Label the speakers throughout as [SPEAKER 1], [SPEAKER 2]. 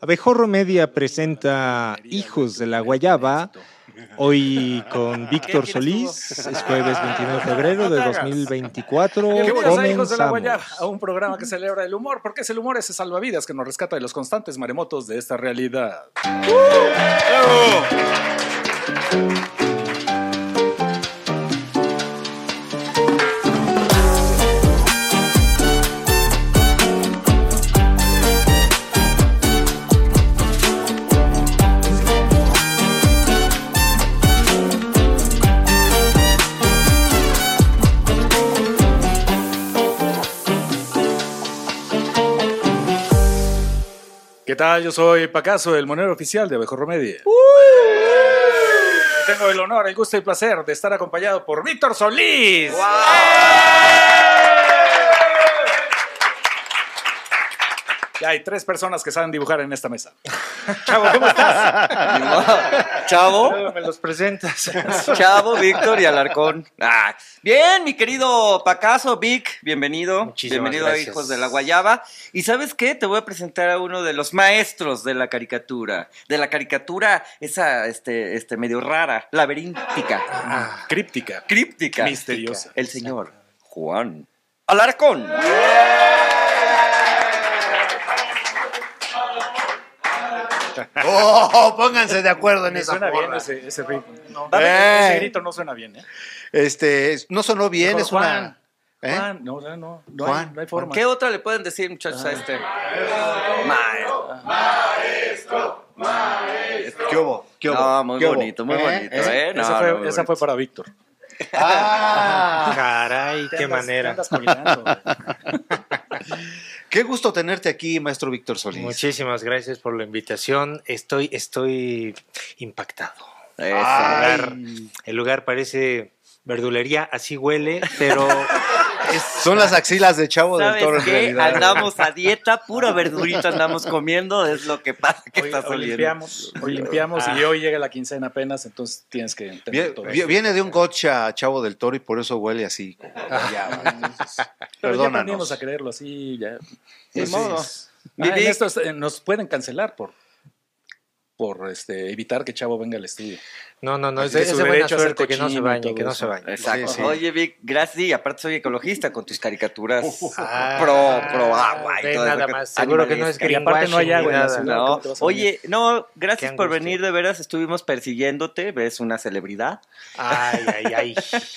[SPEAKER 1] Abejorro Media presenta Hijos de la Guayaba. Hoy con Víctor Solís, es jueves 29 de febrero de 2024.
[SPEAKER 2] Bienvenidos a Hijos de la
[SPEAKER 1] Comenzamos.
[SPEAKER 2] Guayaba, a un programa que celebra el humor, porque es el humor ese salvavidas que nos rescata de los constantes maremotos de esta realidad. ¿Qué tal? Yo soy Pacaso, el monero oficial de Abejorro Media. Y Tengo el honor, el gusto y placer de estar acompañado por Víctor Solís. Ya hay tres personas que saben dibujar en esta mesa. Chavo, ¿cómo estás?
[SPEAKER 3] Chavo,
[SPEAKER 1] Me los presentas.
[SPEAKER 3] Chavo, Víctor y Alarcón. Ah, bien, mi querido Pacaso, Vic, bienvenido.
[SPEAKER 4] Muchísimas
[SPEAKER 3] bienvenido
[SPEAKER 4] gracias.
[SPEAKER 3] a Hijos de la Guayaba. Y sabes qué, te voy a presentar a uno de los maestros de la caricatura, de la caricatura esa, este, este, medio rara, laberíntica,
[SPEAKER 4] Ah,
[SPEAKER 2] Críptica.
[SPEAKER 3] críptica.
[SPEAKER 2] Misteriosa.
[SPEAKER 3] El señor Juan Alarcón.
[SPEAKER 4] Oh, pónganse de acuerdo en
[SPEAKER 2] Me
[SPEAKER 4] esa
[SPEAKER 2] suena bien
[SPEAKER 4] porra.
[SPEAKER 2] ese, ese ritmo. No,
[SPEAKER 4] Eh.
[SPEAKER 2] Ese grito no suena bien, ¿eh?
[SPEAKER 4] Este, es- no sonó bien,
[SPEAKER 2] Mejor
[SPEAKER 4] es una. ¿Eh?
[SPEAKER 2] Juan, no, no, no, no,
[SPEAKER 4] Juan.
[SPEAKER 2] hay, no hay forma.
[SPEAKER 3] ¿Qué otra le pueden decir, muchachos,
[SPEAKER 4] Ah.
[SPEAKER 3] a este? Maestro.
[SPEAKER 4] ¿Qué hubo? ¿Qué hubo?
[SPEAKER 3] No, muy
[SPEAKER 4] ¿Qué hubo?
[SPEAKER 3] bonito, muy
[SPEAKER 4] ¿Eh?
[SPEAKER 3] bonito,
[SPEAKER 4] ¿Eh?
[SPEAKER 3] ¿eh? No,
[SPEAKER 2] esa,
[SPEAKER 3] no,
[SPEAKER 2] fue,
[SPEAKER 3] muy
[SPEAKER 2] esa fue para Víctor.
[SPEAKER 4] Ah,
[SPEAKER 1] Caray,
[SPEAKER 2] Te
[SPEAKER 1] qué
[SPEAKER 2] andas- te
[SPEAKER 1] manera.
[SPEAKER 2] andas caminando, güey.
[SPEAKER 4] qué gusto tenerte aquí, maestro Víctor Solís.
[SPEAKER 1] Muchísimas gracias por la invitación. Estoy, estoy impactado.
[SPEAKER 3] Eso.
[SPEAKER 4] Ay.
[SPEAKER 1] lugar. El lugar parece verdulería, así huele, pero
[SPEAKER 4] Son las axilas de Chavo del Toro
[SPEAKER 3] ¿Sabes
[SPEAKER 4] en
[SPEAKER 3] qué?
[SPEAKER 4] realidad.
[SPEAKER 3] Andamos a dieta, pura verdurita andamos comiendo, es lo que pasa que
[SPEAKER 2] Hoy,
[SPEAKER 3] estás
[SPEAKER 2] hoy
[SPEAKER 3] oliendo.
[SPEAKER 2] limpiamos, hoy limpiamos
[SPEAKER 1] Ah.
[SPEAKER 2] y hoy llega la quincena apenas, entonces tienes que entender
[SPEAKER 4] Vie-
[SPEAKER 2] todo.
[SPEAKER 4] vie- Viene de un gotcha Chavo del Toro y por eso huele así.
[SPEAKER 2] Pero ya aprendimos
[SPEAKER 4] Perdónanos.
[SPEAKER 2] a creerlo así, ya.
[SPEAKER 4] Pues
[SPEAKER 3] Ni
[SPEAKER 2] Entonces,
[SPEAKER 3] modo.
[SPEAKER 2] ah, en
[SPEAKER 3] Vivi.
[SPEAKER 2] esto es- eh, nos pueden cancelar por por este, evitar que Chavo venga al estudio.
[SPEAKER 1] no, no, no, es,
[SPEAKER 2] Así
[SPEAKER 1] es
[SPEAKER 2] que su
[SPEAKER 1] de buena
[SPEAKER 2] derecho a ser
[SPEAKER 1] suerte que no se
[SPEAKER 2] cochino y
[SPEAKER 1] bañe,
[SPEAKER 2] todo
[SPEAKER 1] que no
[SPEAKER 2] eso.
[SPEAKER 1] se bañe.
[SPEAKER 3] Exacto.
[SPEAKER 4] Sí, sí.
[SPEAKER 3] Oye, Vic, gracias. Y aparte soy ecologista con tus caricaturas
[SPEAKER 1] Ah,
[SPEAKER 3] pro, pro agua y
[SPEAKER 1] ve
[SPEAKER 3] todo
[SPEAKER 1] nada
[SPEAKER 3] eso que-
[SPEAKER 1] más, seguro que no es
[SPEAKER 3] animalesca.
[SPEAKER 2] Y aparte no hay
[SPEAKER 1] greenwashing
[SPEAKER 2] agua
[SPEAKER 1] ni
[SPEAKER 2] en la
[SPEAKER 1] nada.
[SPEAKER 2] ciudad.
[SPEAKER 3] No,
[SPEAKER 2] ¿Cómo te vas a
[SPEAKER 3] oye, no, gracias
[SPEAKER 1] Qué
[SPEAKER 3] por
[SPEAKER 1] angustia.
[SPEAKER 3] venir, de veras estuvimos persiguiéndote, ves una celebridad,
[SPEAKER 1] Ay, ay, ay.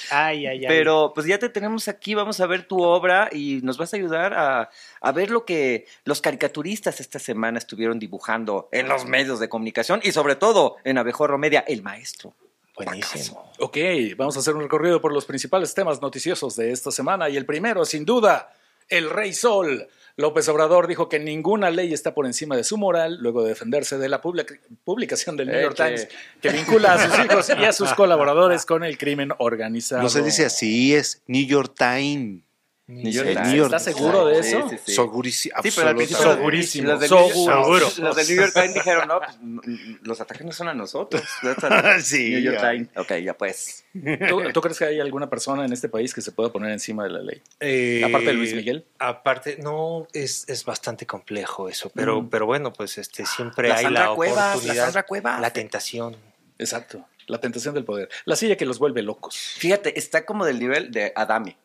[SPEAKER 1] Ay, ay, ay.
[SPEAKER 3] pero pues ya te tenemos aquí, vamos a ver tu obra y nos vas a ayudar a, a ver lo que los caricaturistas esta semana estuvieron dibujando en los medios de comunicación y sobre todo en Abejorro Media, el maestro.
[SPEAKER 1] Buenísimo.
[SPEAKER 2] Ok, vamos a hacer un recorrido por los principales temas noticiosos de esta semana y el primero, sin duda, el Rey Sol. López Obrador dijo que ninguna ley está por encima de su moral luego de defenderse de la public- publicación del New York
[SPEAKER 3] Eche.
[SPEAKER 2] Times que vincula a sus hijos y a sus colaboradores con el crimen organizado.
[SPEAKER 4] No se dice así, es New York Time.
[SPEAKER 3] New York
[SPEAKER 4] El
[SPEAKER 3] Times.
[SPEAKER 4] New York
[SPEAKER 2] ¿Estás seguro de eso?
[SPEAKER 3] Sí, sí, sí.
[SPEAKER 4] Segurísimo.
[SPEAKER 3] Sí, pero al principio
[SPEAKER 4] absolutamente.
[SPEAKER 2] Segurísimo.
[SPEAKER 3] Los de New York-
[SPEAKER 1] Seguro.
[SPEAKER 3] Los de New York Times dijeron, no, pues, n- n- los ataques no son a nosotros. That's a-
[SPEAKER 4] Sí,
[SPEAKER 3] New York
[SPEAKER 4] ya.
[SPEAKER 3] Times. Ok, ya pues.
[SPEAKER 2] ¿Tú, tú crees que hay alguna persona en este país que se pueda poner encima de la ley?
[SPEAKER 1] Eh,
[SPEAKER 2] Aparte de Luis Miguel.
[SPEAKER 1] Aparte, no, es, es bastante complejo eso, pero,
[SPEAKER 2] Mm.
[SPEAKER 1] pero bueno, pues este siempre
[SPEAKER 3] La
[SPEAKER 1] hay
[SPEAKER 3] Sandra
[SPEAKER 1] la
[SPEAKER 3] Cuevas, la
[SPEAKER 1] oportunidad,
[SPEAKER 3] Sandra Cuevas.
[SPEAKER 1] la tentación.
[SPEAKER 2] Exacto, la tentación del poder. La silla que los vuelve locos.
[SPEAKER 3] Fíjate, está como del nivel de Adame,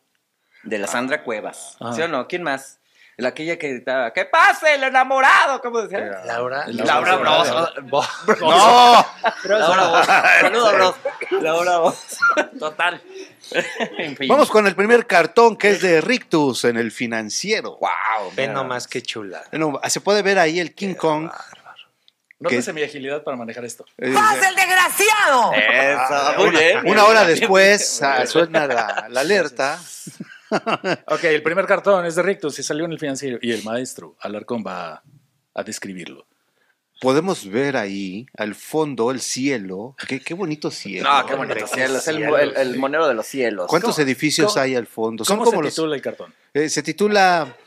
[SPEAKER 3] de la Sandra Cuevas.
[SPEAKER 2] Ah.
[SPEAKER 3] ¿Sí o no? ¿Quién más? La aquella que gritaba, ¡que pase el enamorado! ¿Cómo decía?
[SPEAKER 1] Laura,
[SPEAKER 3] Ah, Laura Bros.
[SPEAKER 4] ¡No!
[SPEAKER 3] Laura Bros. Saludos, Bros. Laura Bros. Total. En fin.
[SPEAKER 4] Vamos con el primer cartón que es de Rictus en el financiero.
[SPEAKER 3] Wow.
[SPEAKER 1] Ve
[SPEAKER 3] mira.
[SPEAKER 1] nomás qué chula.
[SPEAKER 4] Bueno, se puede ver ahí el King Kong.
[SPEAKER 2] Nótese mi agilidad para manejar esto.
[SPEAKER 4] Eh,
[SPEAKER 5] ¡Pasa el desgraciado!
[SPEAKER 3] Eso, muy bien.
[SPEAKER 4] una hora después ah, suena la, la alerta.
[SPEAKER 2] Ok, el primer cartón es de Rictus y salió en el financiero. Y el maestro Alarcón va a, a describirlo.
[SPEAKER 4] Podemos ver ahí al fondo el cielo. Qué, qué bonito cielo.
[SPEAKER 3] No, qué
[SPEAKER 1] Hombre,
[SPEAKER 3] bonito
[SPEAKER 1] qué
[SPEAKER 3] cielo. Es el,
[SPEAKER 1] cielo,
[SPEAKER 3] el- el
[SPEAKER 1] sí.
[SPEAKER 3] monero de los cielos.
[SPEAKER 4] ¿Cuántos
[SPEAKER 2] ¿Cómo-
[SPEAKER 4] edificios
[SPEAKER 2] cómo-
[SPEAKER 4] hay al fondo?
[SPEAKER 2] ¿Cómo
[SPEAKER 4] Son como
[SPEAKER 2] se
[SPEAKER 4] los.
[SPEAKER 2] titula el cartón?
[SPEAKER 4] eh, se titula eh,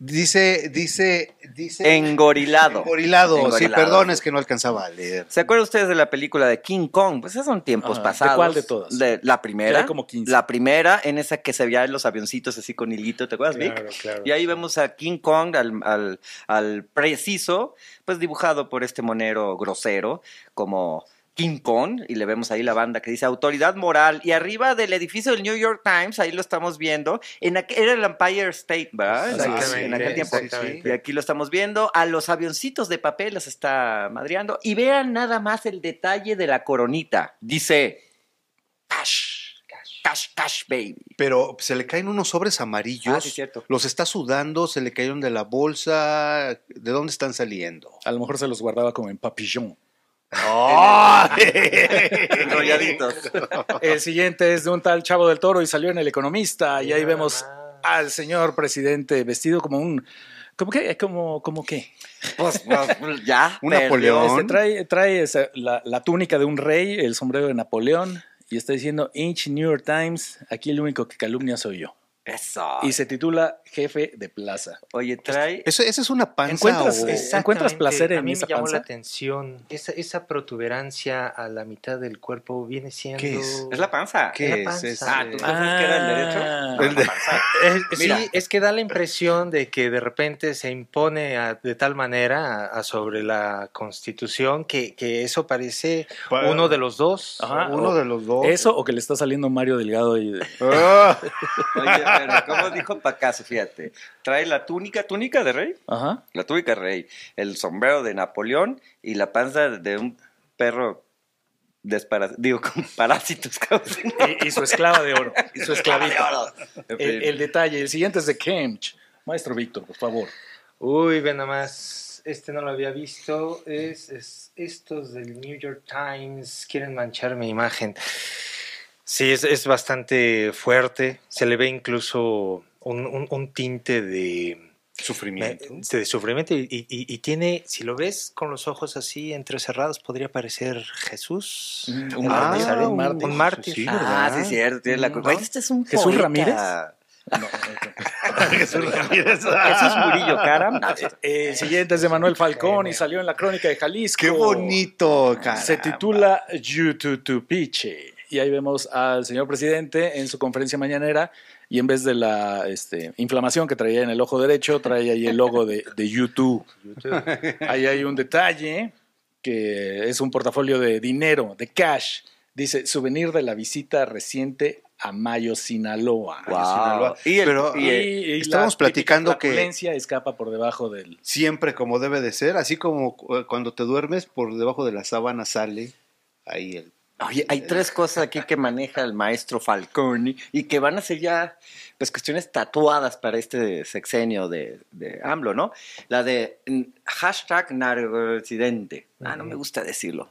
[SPEAKER 4] Dice, dice, dice.
[SPEAKER 3] Engorilado.
[SPEAKER 4] Engorilado. Sí,
[SPEAKER 3] Engorilado.
[SPEAKER 4] perdón, es que no alcanzaba a leer.
[SPEAKER 3] ¿Se acuerdan ustedes de la película de King Kong? Pues esos son tiempos
[SPEAKER 2] Ah, ¿de
[SPEAKER 3] pasados.
[SPEAKER 2] cuál de todas?
[SPEAKER 3] De la
[SPEAKER 2] Ya
[SPEAKER 3] primera.
[SPEAKER 2] hay como 15.
[SPEAKER 3] La primera, en esa que se veía en los avioncitos así con hilito, ¿te acuerdas, Vic?
[SPEAKER 2] Claro, claro.
[SPEAKER 3] Y ahí vemos a King Kong, al, al- al preciso, pues dibujado por este monero grosero como King Kong, y le vemos ahí la banda que dice autoridad moral, y arriba del edificio del New York Times, ahí lo estamos viendo, en aqu- era el Empire State, ¿verdad? En aquel-
[SPEAKER 5] Exactamente,
[SPEAKER 3] en aquel tiempo.
[SPEAKER 5] exactamente.
[SPEAKER 3] Y aquí lo estamos viendo, a los avioncitos de papel los está madreando, y vean nada más el detalle de la coronita, dice cash, cash, cash, baby.
[SPEAKER 4] Pero se le caen unos sobres amarillos.
[SPEAKER 3] Ah, sí, cierto.
[SPEAKER 4] Los está sudando, se le cayeron de la bolsa. ¿De dónde están saliendo?
[SPEAKER 2] A lo mejor se los guardaba como en papillón.
[SPEAKER 3] Enrolladitos.
[SPEAKER 2] El siguiente es de un tal Chavo del Toro y salió en El Economista. Y ahí vemos al señor presidente vestido como un. ¿Cómo qué? ¿Cómo, cómo qué?
[SPEAKER 3] Pues, pues, ya.
[SPEAKER 4] Un
[SPEAKER 3] perdió.
[SPEAKER 4] Napoleón.
[SPEAKER 2] Este, trae trae esa- la, la túnica de un rey, el sombrero de Napoleón. Y está diciendo, Inch New York Times, aquí el único que calumnia soy yo.
[SPEAKER 3] Eso.
[SPEAKER 2] Y se titula Jefe de Plaza.
[SPEAKER 3] Oye, trae.
[SPEAKER 4] Eso, esa es una panza.
[SPEAKER 2] ¿Encuentras
[SPEAKER 4] o-
[SPEAKER 5] Eh,
[SPEAKER 2] esa- ¿Encuentras placer en
[SPEAKER 5] A mí
[SPEAKER 2] esa
[SPEAKER 5] me llamó
[SPEAKER 2] panza?
[SPEAKER 5] la atención. Esa, esa protuberancia a la mitad del cuerpo viene siendo.
[SPEAKER 4] ¿Qué es?
[SPEAKER 3] Es la panza.
[SPEAKER 4] ¿Qué
[SPEAKER 5] la
[SPEAKER 4] es
[SPEAKER 5] panza.
[SPEAKER 4] ese?
[SPEAKER 3] Ah, ¿tú pensabas que era el derecho?
[SPEAKER 4] El de-
[SPEAKER 5] Es- sí,
[SPEAKER 3] Mira.
[SPEAKER 5] es que da la impresión de que de repente se impone a- de tal manera a- a sobre la constitución que, que eso parece
[SPEAKER 4] Pa-
[SPEAKER 5] uno de los dos.
[SPEAKER 2] Ajá,
[SPEAKER 4] uno
[SPEAKER 2] o-
[SPEAKER 4] de los dos.
[SPEAKER 2] Eso o que le está saliendo Mario Delgado y de-
[SPEAKER 4] Ah,
[SPEAKER 3] Oye, pero ¿cómo dijo Pacaso? Fíjate. Trae la túnica, túnica de rey.
[SPEAKER 2] Ajá.
[SPEAKER 3] La túnica de rey. El sombrero de Napoleón y la panza de un perro despara- digo, con parásitos.
[SPEAKER 4] Ah,
[SPEAKER 3] cabrón.
[SPEAKER 2] Y, y su esclava de oro. Y su esclavita.
[SPEAKER 3] En fin.
[SPEAKER 2] El, el detalle. El siguiente es de Kemch. Maestro Víctor, por favor.
[SPEAKER 5] Uy, ve nada más. Este no lo había visto. Es, es- estos del New York Times quieren manchar mi imagen. Sí, es, es bastante fuerte. Se le ve incluso un, un- un tinte de, eh,
[SPEAKER 4] Sufrimiento.
[SPEAKER 5] de sufrimiento y, y- y tiene, si lo ves con los ojos así entrecerrados, podría parecer Jesús.
[SPEAKER 2] Mm,
[SPEAKER 5] El
[SPEAKER 2] un
[SPEAKER 4] Ah,
[SPEAKER 5] Nazareno,
[SPEAKER 2] un mártir.
[SPEAKER 5] un mártir.
[SPEAKER 4] Sí,
[SPEAKER 3] Ah,
[SPEAKER 4] ¿verdad?
[SPEAKER 3] sí, es cierto. Tiene la culpa.
[SPEAKER 2] Ujú.
[SPEAKER 3] Oye, Este es un
[SPEAKER 2] ¿Jesús
[SPEAKER 3] poeta.
[SPEAKER 2] Ramírez? No,
[SPEAKER 4] Jesús Ramírez.
[SPEAKER 3] Jesús Murillo Caram.
[SPEAKER 2] ok. Eh, El siguiente es de Manuel Falcón y salió en la crónica de Jalisco.
[SPEAKER 4] Qué bonito, cara.
[SPEAKER 2] Se titula Yututupiche. Y ahí vemos al señor presidente en su conferencia mañanera. Y en vez de la este, inflamación que traía en el ojo derecho, trae ahí el logo de, de YouTube. Ahí hay un detalle que es un portafolio de dinero, de cash. Dice, souvenir de la visita reciente a Mayo, Sinaloa.
[SPEAKER 3] Wow.
[SPEAKER 4] Sinaloa.
[SPEAKER 3] Y el-
[SPEAKER 4] Pero-
[SPEAKER 3] y el-
[SPEAKER 2] estamos
[SPEAKER 4] eh, estábamos platicando que-
[SPEAKER 2] La violencia escapa por debajo del...
[SPEAKER 4] Siempre como debe de ser, así como cu- eh, cuando te duermes, por debajo de la sábana sale ahí el.
[SPEAKER 3] Oye, hay tres cosas aquí que maneja el maestro Falcone y que van a ser ya, pues, cuestiones tatuadas para este sexenio de, de AMLO, ¿no? La de mm, hashtag narcopresidente. Ah, no me gusta decirlo.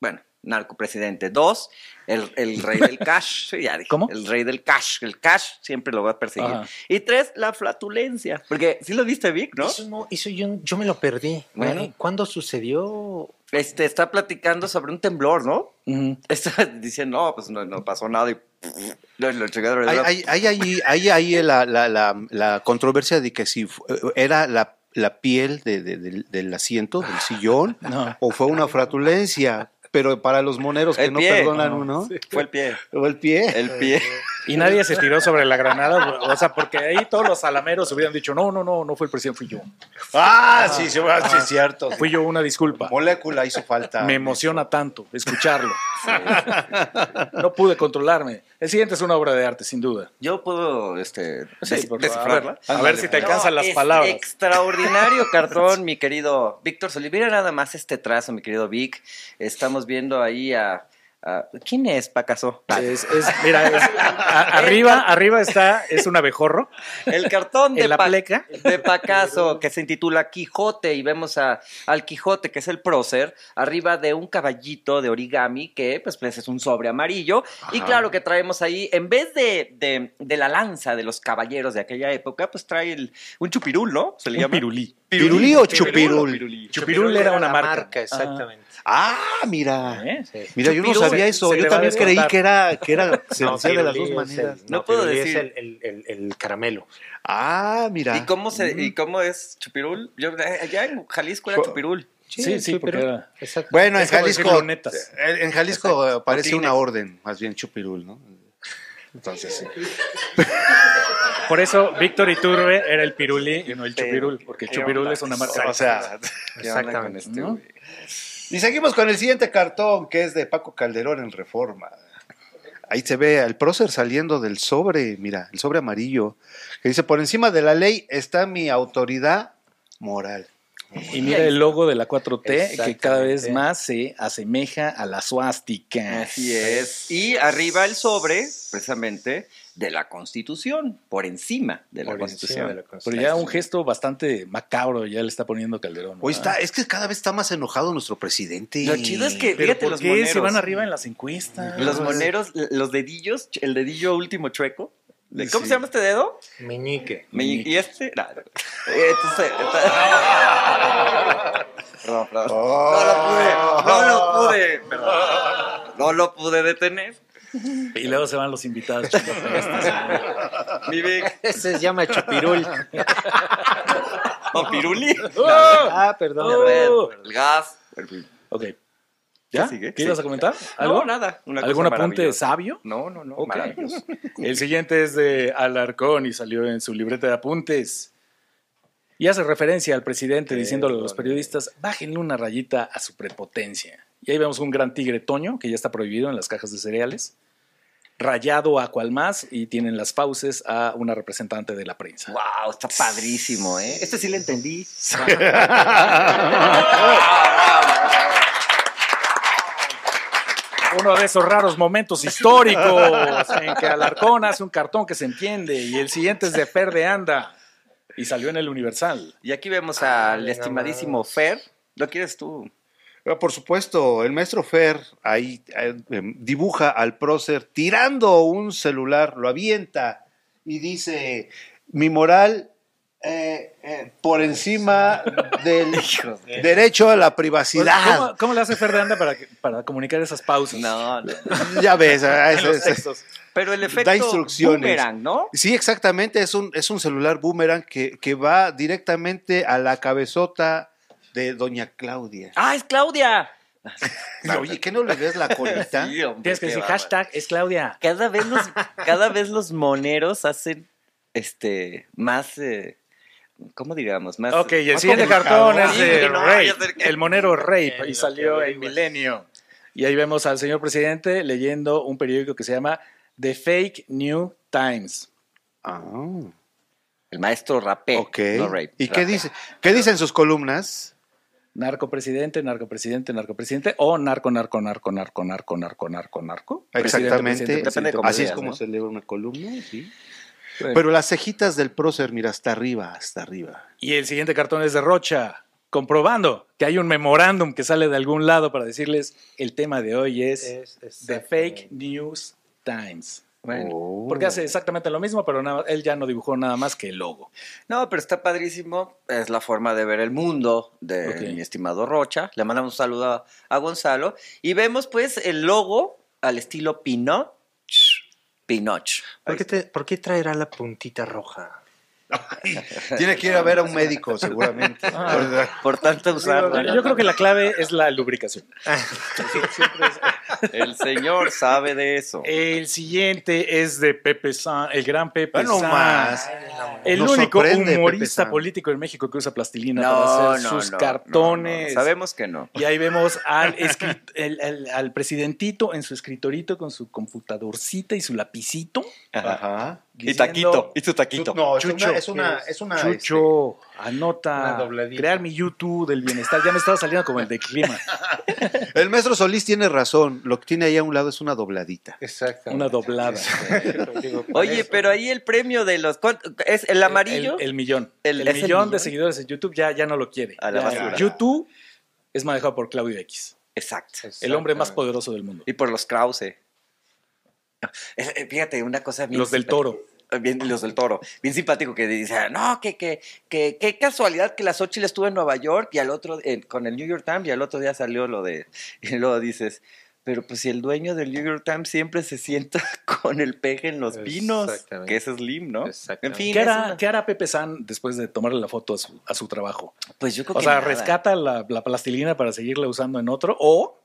[SPEAKER 3] Bueno, narcopresidente. Dos, el, el rey del cash. Sí, ya dije.
[SPEAKER 2] ¿Cómo?
[SPEAKER 3] El rey del cash. El cash siempre lo va a perseguir.
[SPEAKER 2] Ajá.
[SPEAKER 3] Y tres, la flatulencia. Porque sí lo viste, Vic, ¿no?
[SPEAKER 5] Eso no, eso yo, yo me lo perdí.
[SPEAKER 3] Bueno.
[SPEAKER 5] ¿Cuándo sucedió?
[SPEAKER 3] Este, está platicando sobre un temblor, ¿no?
[SPEAKER 2] Ujú.
[SPEAKER 3] Está diciendo, no, pues no, no pasó nada y... Lo, lo chingaron.
[SPEAKER 4] Hay, hay, hay ahí- hay ahí la, la- la- la controversia de que si fu- eh, era la, la piel de- de- del- del asiento, del sillón,
[SPEAKER 2] No.
[SPEAKER 4] o fue una fratulencia. Pero para los moneros que
[SPEAKER 3] El
[SPEAKER 4] no
[SPEAKER 3] pie.
[SPEAKER 4] perdonan uno,
[SPEAKER 3] Fue el pie.
[SPEAKER 4] o el pie.
[SPEAKER 3] El pie.
[SPEAKER 2] Y nadie se tiró sobre la granada, o sea, porque ahí todos los alameros hubieran dicho, no, no, no, no fue el presidente, fui yo.
[SPEAKER 4] Ah, sí, sí, ah, sí, es cierto.
[SPEAKER 2] Fui yo, una disculpa.
[SPEAKER 4] Molécula hizo falta.
[SPEAKER 2] Me emociona tanto escucharlo. No pude controlarme. El siguiente es una obra de arte, sin duda.
[SPEAKER 3] Yo puedo este,
[SPEAKER 2] Sí,
[SPEAKER 3] des-
[SPEAKER 2] por favor.
[SPEAKER 3] descifrarla.
[SPEAKER 2] A ver si te alcanzan
[SPEAKER 3] No,
[SPEAKER 2] las
[SPEAKER 3] es
[SPEAKER 2] palabras.
[SPEAKER 3] Extraordinario cartón, mi querido Víctor Solís. Mira nada más este trazo, mi querido Vic. Estamos viendo ahí a. a- ¿Quién es Pacaso?
[SPEAKER 2] Es- es- mira, es- a- arriba, arriba está, es un abejorro.
[SPEAKER 3] El cartón de,
[SPEAKER 2] ¿En la
[SPEAKER 3] Pa-
[SPEAKER 2] pleca?
[SPEAKER 3] de Pacaso que se intitula Quijote y vemos a, al Quijote, que es el prócer, arriba de un caballito de origami que pues, pues, es un sobre amarillo. Y claro que traemos ahí, en vez de, de- de la lanza de los caballeros de aquella época, pues trae el- un chupirul, ¿no? Se le
[SPEAKER 2] Un
[SPEAKER 3] llama.
[SPEAKER 2] pirulí.
[SPEAKER 4] ¿Pirulí o chupirul?
[SPEAKER 2] Chupirul era una
[SPEAKER 5] la
[SPEAKER 2] marca.
[SPEAKER 5] exactamente.
[SPEAKER 4] Ah, mira.
[SPEAKER 2] ¿Eh?
[SPEAKER 4] Mira, yo no
[SPEAKER 3] Chupirul
[SPEAKER 4] sabía eso.
[SPEAKER 2] se le
[SPEAKER 4] Yo
[SPEAKER 2] va a
[SPEAKER 4] también creí
[SPEAKER 2] descontar.
[SPEAKER 4] que era, que era, se
[SPEAKER 5] No,
[SPEAKER 4] hacía de las dos
[SPEAKER 5] pirulí es el-
[SPEAKER 4] maneras.
[SPEAKER 3] No puedo
[SPEAKER 5] pirulí es
[SPEAKER 3] decir.
[SPEAKER 5] el- el- el- el caramelo.
[SPEAKER 4] Ah, mira.
[SPEAKER 3] ¿Y cómo, se, ¿Y cómo es Chupirul? Yo, eh, allá en Jalisco era
[SPEAKER 4] Jo-
[SPEAKER 3] Chupirul.
[SPEAKER 2] Sí, sí, porque era-
[SPEAKER 5] Exacto.
[SPEAKER 4] Bueno, en
[SPEAKER 2] Es como decir
[SPEAKER 4] Jalisco,
[SPEAKER 2] lunetas.
[SPEAKER 4] en en Jalisco eh, parece
[SPEAKER 5] Tinex.
[SPEAKER 4] una orden, más bien chupirul, ¿no? Entonces, sí.
[SPEAKER 2] Por eso Víctor Iturbe era el piruli y no el
[SPEAKER 4] Pero,
[SPEAKER 2] chupirul, porque el
[SPEAKER 4] qué
[SPEAKER 2] chupirul
[SPEAKER 4] onda
[SPEAKER 2] es una
[SPEAKER 4] eso,
[SPEAKER 2] marca.
[SPEAKER 4] O sea,
[SPEAKER 5] Exactamente.
[SPEAKER 2] ¿no?
[SPEAKER 4] y seguimos con el siguiente cartón, que es de Paco Calderón en Reforma. Ahí se ve al prócer saliendo del sobre, mira, el sobre amarillo, que dice, por encima de la ley está mi autoridad moral.
[SPEAKER 2] Y mira el logo de la 4T que cada vez
[SPEAKER 5] Exactamente.
[SPEAKER 2] más se asemeja a la suástica.
[SPEAKER 3] Así es. Y arriba el sobre, precisamente, de la Constitución, por encima de la
[SPEAKER 5] Por
[SPEAKER 3] Constitución.
[SPEAKER 5] encima de la
[SPEAKER 2] Pero
[SPEAKER 5] Constitución.
[SPEAKER 2] ya un gesto bastante macabro ya le está poniendo Calderón.
[SPEAKER 4] Hoy
[SPEAKER 2] ¿verdad?
[SPEAKER 4] está, es que cada vez está más enojado nuestro presidente.
[SPEAKER 3] Lo chido es que,
[SPEAKER 2] Pero
[SPEAKER 3] fíjate,
[SPEAKER 2] ¿por
[SPEAKER 3] los
[SPEAKER 2] qué
[SPEAKER 3] moneros.
[SPEAKER 2] se van arriba en las encuestas?
[SPEAKER 3] Los moneros, los dedillos, el dedillo último chueco. ¿De- ¿Cómo se llama este dedo?
[SPEAKER 5] Meñique.
[SPEAKER 3] Me-
[SPEAKER 2] Meñique.
[SPEAKER 3] y este, no, no. Entonces, esta- Perdón, perdón. No lo pude, no lo pude, perdón. No lo pude detener.
[SPEAKER 2] Y luego se van los invitados. chingados.
[SPEAKER 3] Mi Vic,
[SPEAKER 5] Ese se llama Chupirul.
[SPEAKER 3] o Piruli.
[SPEAKER 5] ah,
[SPEAKER 3] Y a
[SPEAKER 5] perdón.
[SPEAKER 3] ver, el gas.
[SPEAKER 2] ok. ¿Ya?
[SPEAKER 3] ¿Qué sigue?
[SPEAKER 2] ¿Qué ibas
[SPEAKER 3] Sí.
[SPEAKER 2] a comentar? ¿Algo?
[SPEAKER 3] No, nada. Una
[SPEAKER 2] ¿Algún
[SPEAKER 3] cosa
[SPEAKER 2] apunte
[SPEAKER 3] maravillosa.
[SPEAKER 2] sabio?
[SPEAKER 3] No, no, no.
[SPEAKER 2] Ok.
[SPEAKER 3] Maravilloso.
[SPEAKER 2] El siguiente es de Alarcón y salió en su libreta de apuntes. Y hace referencia al presidente
[SPEAKER 5] Qué
[SPEAKER 2] diciéndole a los
[SPEAKER 5] bonito.
[SPEAKER 2] periodistas, bájenle una rayita a su prepotencia. Y ahí vemos un gran tigre toño que ya está prohibido en las cajas de cereales, rayado a cual más y tienen las fauces a una representante de la prensa.
[SPEAKER 3] Wow, está padrísimo, ¿eh? Este sí le entendí.
[SPEAKER 2] Uno de esos raros momentos históricos en que Alarcón hace un cartón que se entiende y el siguiente es de Fer de Anda y salió en el Universal.
[SPEAKER 3] Y aquí vemos
[SPEAKER 5] Ay,
[SPEAKER 3] al
[SPEAKER 5] no
[SPEAKER 3] estimadísimo Fer. ¿Lo quieres tú?
[SPEAKER 4] Ah, Por supuesto, el maestro Fer ahí eh, em, dibuja al prócer tirando un celular, lo avienta y dice, mi moral eh, eh, por encima del derecho a la privacidad.
[SPEAKER 2] ¿Cómo, cómo le hace Fer de Anda para, que- para comunicar esas pausas?
[SPEAKER 3] No, no.
[SPEAKER 4] Ya ves, ah, es- es-
[SPEAKER 3] Pero el efecto
[SPEAKER 4] instrucciones.
[SPEAKER 3] boomerang, ¿no?
[SPEAKER 4] sí, exactamente, es un, es un celular boomerang que, que va directamente a la cabezota de doña Claudia.
[SPEAKER 3] ¡Ah, es Claudia!
[SPEAKER 4] Oye, ¿qué no le ves la colita?
[SPEAKER 3] Sí, hombre,
[SPEAKER 2] Tienes que
[SPEAKER 3] qué
[SPEAKER 2] decir
[SPEAKER 3] bárbaro.
[SPEAKER 2] hashtag es Claudia.
[SPEAKER 3] Cada vez los, cada vez los moneros hacen este más eh, ¿cómo diríamos? Más
[SPEAKER 2] Ok, y el
[SPEAKER 3] más
[SPEAKER 2] siguiente
[SPEAKER 3] complicado.
[SPEAKER 2] cartón es de
[SPEAKER 3] Sí, no,
[SPEAKER 2] Rape,
[SPEAKER 3] ya sé que-
[SPEAKER 2] el monero Rape,
[SPEAKER 5] En
[SPEAKER 2] y
[SPEAKER 5] lo
[SPEAKER 2] salió
[SPEAKER 5] que
[SPEAKER 2] en
[SPEAKER 5] averiguas.
[SPEAKER 2] Milenio. Y ahí vemos al señor presidente leyendo un periódico que se llama The Fake New Times.
[SPEAKER 4] Ah.
[SPEAKER 3] El maestro rapé.
[SPEAKER 4] Ok.
[SPEAKER 3] no rape,
[SPEAKER 4] ¿Y qué
[SPEAKER 3] rapé.
[SPEAKER 4] dice? ¿Qué dicen sus columnas?
[SPEAKER 2] Narcopresidente, narcopresidente, narcopresidente, o narco, narco, narco, narco, narco, narco, narco, narco. Presidente,
[SPEAKER 4] Exactamente.
[SPEAKER 2] presidente,
[SPEAKER 3] Depende
[SPEAKER 2] presidente.
[SPEAKER 3] de cómo
[SPEAKER 4] Así es
[SPEAKER 3] veas,
[SPEAKER 4] como
[SPEAKER 3] ¿no?
[SPEAKER 4] se lee una columna, sí.
[SPEAKER 2] Bueno.
[SPEAKER 4] Pero las cejitas del prócer, mira, hasta arriba, hasta arriba.
[SPEAKER 2] Y el siguiente cartón es de Rocha, comprobando que hay un memorándum que sale de algún lado para decirles el tema de hoy es The Fake News Times.
[SPEAKER 3] Bueno,
[SPEAKER 4] Oh.
[SPEAKER 2] Porque hace exactamente lo mismo, pero nada- él ya no dibujó nada más que el logo.
[SPEAKER 3] No, pero está padrísimo. Es la forma de ver el mundo de
[SPEAKER 2] Ok.
[SPEAKER 3] mi estimado Rocha. Le mandamos un saludo a, a Gonzalo. Y vemos, pues, el logo al estilo Pinot. Pinoch.
[SPEAKER 5] ¿Por qué, te- por qué traerá la puntita roja?
[SPEAKER 4] Tiene que ir a ver a un médico, seguramente.
[SPEAKER 3] Ah. Por tanto usarlo.
[SPEAKER 2] Yo creo que la clave es la lubricación.
[SPEAKER 3] El señor sabe de eso.
[SPEAKER 2] El siguiente es de Pepe San, el gran Pepe
[SPEAKER 4] Bueno,
[SPEAKER 2] San.
[SPEAKER 4] más.
[SPEAKER 2] El
[SPEAKER 4] Nos
[SPEAKER 2] único
[SPEAKER 4] sorprende Pepe
[SPEAKER 2] humorista
[SPEAKER 4] San.
[SPEAKER 2] político en México que usa plastilina para
[SPEAKER 3] No,
[SPEAKER 2] hacer
[SPEAKER 3] no,
[SPEAKER 2] sus
[SPEAKER 3] no, no,
[SPEAKER 2] cartones.
[SPEAKER 3] no. Sabemos que no.
[SPEAKER 2] Y ahí vemos al, escrit- el- el- al presidentito en su escritorito con su computadorcita y su lapicito.
[SPEAKER 4] Ajá.
[SPEAKER 3] Y
[SPEAKER 2] diciendo,
[SPEAKER 3] taquito. Y su taquito.
[SPEAKER 4] No, es
[SPEAKER 2] Chucho.
[SPEAKER 4] una, es una, es una,
[SPEAKER 2] Chucho, anota,
[SPEAKER 5] una dobladita.
[SPEAKER 2] crear mi YouTube del bienestar. Ya me estaba saliendo como el de clima.
[SPEAKER 4] este, El maestro Solís tiene razón. Lo que tiene ahí a un lado es una dobladita.
[SPEAKER 2] Una
[SPEAKER 5] Exactamente.
[SPEAKER 2] doblada.
[SPEAKER 3] Oye, pero ahí el premio de los. ¿cuán- ¿Es el amarillo?
[SPEAKER 2] El, el millón.
[SPEAKER 3] El-
[SPEAKER 2] El,
[SPEAKER 3] ¿es el
[SPEAKER 2] millón, de
[SPEAKER 3] millón?
[SPEAKER 2] seguidores en YouTube ya, ya no lo quiere.
[SPEAKER 3] A la
[SPEAKER 2] Ya,
[SPEAKER 3] basura.
[SPEAKER 2] YouTube es manejado por Claudio X,
[SPEAKER 3] Exacto.
[SPEAKER 2] el hombre más poderoso del mundo.
[SPEAKER 3] Y por los Krause. Eh, eh, Fíjate, una cosa bien.
[SPEAKER 2] Los del
[SPEAKER 3] simpática.
[SPEAKER 2] toro.
[SPEAKER 3] Bien, los del toro. Bien simpático que dice, "Ah, no, que, que, que, qué casualidad que la Xochitl estuvo en Nueva York y al otro, eh, con el New York Times, y al otro día salió lo de. Y luego dices, Pero pues si el dueño del New York Times siempre se sienta con el peje en los pinos,
[SPEAKER 5] Exactamente.
[SPEAKER 3] que es Slim, ¿no? En
[SPEAKER 5] Exactamente.
[SPEAKER 3] fin,
[SPEAKER 2] ¿Qué
[SPEAKER 3] es
[SPEAKER 2] hará,
[SPEAKER 3] una-
[SPEAKER 2] qué hará Pepe San después de tomarle la foto a su, a su trabajo?
[SPEAKER 3] pues yo creo
[SPEAKER 2] O
[SPEAKER 3] que
[SPEAKER 2] sea,
[SPEAKER 3] nada.
[SPEAKER 2] ¿rescata la, la plastilina para seguirla usando en otro o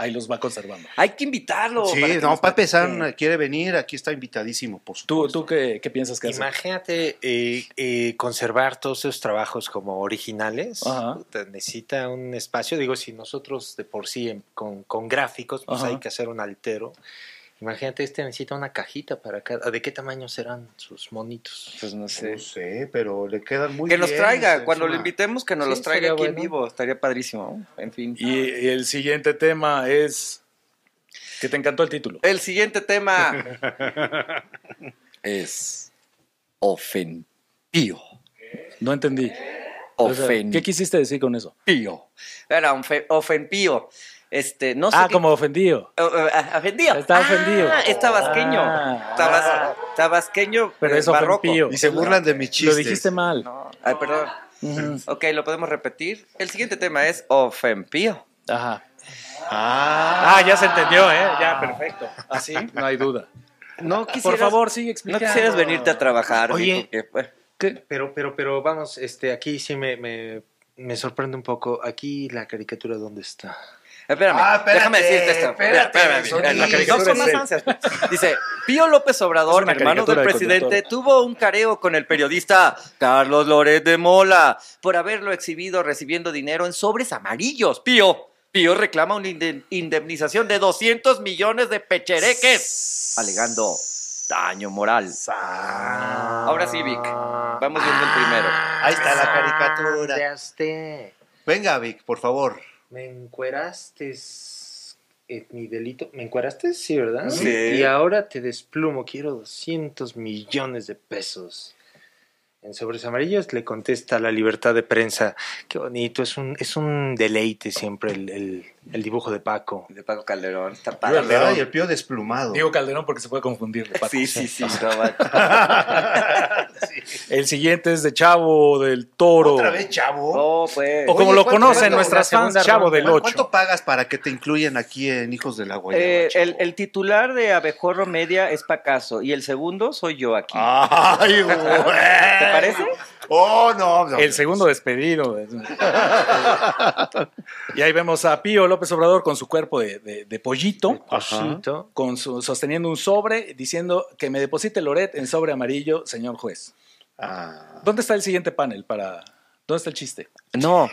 [SPEAKER 2] ahí los va conservando?
[SPEAKER 3] Hay que invitarlo.
[SPEAKER 4] Sí,
[SPEAKER 3] para que
[SPEAKER 4] no,
[SPEAKER 3] nos
[SPEAKER 4] Pepe San
[SPEAKER 3] platique.
[SPEAKER 4] quiere venir, aquí está invitadísimo, por supuesto.
[SPEAKER 2] ¿Tú, tú qué, qué piensas que hace?
[SPEAKER 5] Imagínate eh, eh, conservar todos esos trabajos como originales.
[SPEAKER 2] Ajá.
[SPEAKER 5] Puta, necesita un espacio. Digo, si nosotros de por sí en- con, con gráficos, pues
[SPEAKER 2] Ajá.
[SPEAKER 5] hay que hacer un altero. Imagínate, este necesita una cajita para cada. ¿De qué tamaño serán sus monitos?
[SPEAKER 3] Pues no sé.
[SPEAKER 4] No sé, pero le quedan muy
[SPEAKER 3] Que
[SPEAKER 4] bien. este,
[SPEAKER 3] nos traiga,
[SPEAKER 4] es
[SPEAKER 3] cuando
[SPEAKER 4] una-
[SPEAKER 3] lo invitemos, que nos
[SPEAKER 5] Sí,
[SPEAKER 3] los traiga
[SPEAKER 5] estaría
[SPEAKER 3] aquí en
[SPEAKER 5] bueno.
[SPEAKER 3] vivo, estaría padrísimo. En fin.
[SPEAKER 2] Y el siguiente tema es que te encantó el título.
[SPEAKER 3] El siguiente tema es ofentío.
[SPEAKER 2] No entendí. O sea, ¿Qué
[SPEAKER 3] Ofentío.
[SPEAKER 2] quisiste decir con eso?
[SPEAKER 3] Era un fe- ofenpío. Este, no sé.
[SPEAKER 2] ah,
[SPEAKER 3] qué-
[SPEAKER 2] como ofendido.
[SPEAKER 3] Eh, eh, ofendido.
[SPEAKER 2] Está
[SPEAKER 3] Ah,
[SPEAKER 2] ofendido.
[SPEAKER 3] Es tabasqueño.
[SPEAKER 2] Ah.
[SPEAKER 3] Tabas- tabasqueño.
[SPEAKER 2] Pero
[SPEAKER 3] eh,
[SPEAKER 2] es
[SPEAKER 3] barroco.
[SPEAKER 2] ofenpío.
[SPEAKER 4] Y se burlan de mis chistes.
[SPEAKER 2] Lo dijiste mal.
[SPEAKER 3] No. Ay, perdón.
[SPEAKER 2] Ujú.
[SPEAKER 3] Ok, lo podemos repetir. El siguiente tema es ofenpío.
[SPEAKER 2] Ajá.
[SPEAKER 4] Ah,
[SPEAKER 2] Ah, ya se entendió, ¿eh? Ya, perfecto. Así, no hay duda.
[SPEAKER 5] No,
[SPEAKER 2] Por favor, sigue
[SPEAKER 3] Ah. No
[SPEAKER 2] explicando.
[SPEAKER 3] quisieras venirte a trabajar.
[SPEAKER 5] Oye.
[SPEAKER 3] Vico, que, pues,
[SPEAKER 5] Pero, pero, pero vamos, este, aquí sí me, me, me sorprende un poco. Aquí la caricatura, ¿dónde está?
[SPEAKER 3] Espérame,
[SPEAKER 4] Ah, espérate,
[SPEAKER 3] déjame decirte esto.
[SPEAKER 4] espérate,
[SPEAKER 3] Espérame,
[SPEAKER 4] Solís.
[SPEAKER 3] la caricatura
[SPEAKER 2] No son
[SPEAKER 3] es
[SPEAKER 2] más
[SPEAKER 3] él. Dice, Pío López
[SPEAKER 2] Es
[SPEAKER 3] Obrador,
[SPEAKER 2] una
[SPEAKER 3] hermano del
[SPEAKER 2] caricatura de
[SPEAKER 3] presidente,
[SPEAKER 2] conductor.
[SPEAKER 3] tuvo un careo con el periodista Carlos Loret de Mola por haberlo exhibido recibiendo dinero en sobres amarillos. Pío, Pío reclama una inde- indemnización de 200 millones de pechereques, alegando daño moral. Ahora sí, Vic, vamos viendo el primero.
[SPEAKER 5] Ah,
[SPEAKER 4] ahí está la caricatura.
[SPEAKER 5] Encueraste,
[SPEAKER 4] Venga, Vic, por favor.
[SPEAKER 5] me encueraste en mi delito. ¿Me encueraste? Sí, ¿verdad?
[SPEAKER 3] Sí.
[SPEAKER 5] Y ahora te desplumo, quiero 200 millones de pesos. En sobres amarillos le contesta la libertad de prensa. Qué bonito, es un, es un deleite siempre el, el- el dibujo de Paco.
[SPEAKER 3] De Paco Calderón, está padre.
[SPEAKER 4] Ay, el pío desplumado.
[SPEAKER 2] Digo Calderón porque se puede confundir. Paco.
[SPEAKER 3] Sí, sí, sí, no manches.
[SPEAKER 2] El siguiente es de Chavo del Toro.
[SPEAKER 4] Otra vez, chavo.
[SPEAKER 3] No, pues.
[SPEAKER 2] O como
[SPEAKER 4] Oye,
[SPEAKER 2] lo
[SPEAKER 4] ¿cuánto-
[SPEAKER 2] conocen
[SPEAKER 4] cuánto-
[SPEAKER 2] nuestras
[SPEAKER 5] la
[SPEAKER 2] fans,
[SPEAKER 5] segunda
[SPEAKER 2] Chavo del
[SPEAKER 5] ronda?
[SPEAKER 2] Ocho.
[SPEAKER 4] ¿Cuánto pagas para que te incluyan aquí en Hijos de la Guayaba?
[SPEAKER 3] Eh,
[SPEAKER 4] chavo?
[SPEAKER 3] el, el titular de Abejorro Media es Pacaso y el segundo soy yo aquí.
[SPEAKER 4] Ay, güey.
[SPEAKER 3] ¿Te parece?
[SPEAKER 4] Oh, no. no.
[SPEAKER 2] El segundo despedido. y ahí vemos a Pío López Obrador con su cuerpo de, de- de pollito,
[SPEAKER 5] Cosito.
[SPEAKER 2] con su, sosteniendo un sobre diciendo que me deposite Loret en sobre amarillo, señor juez.
[SPEAKER 4] Ah.
[SPEAKER 2] ¿Dónde está el siguiente panel para... ¿Dónde está el chiste?
[SPEAKER 3] No.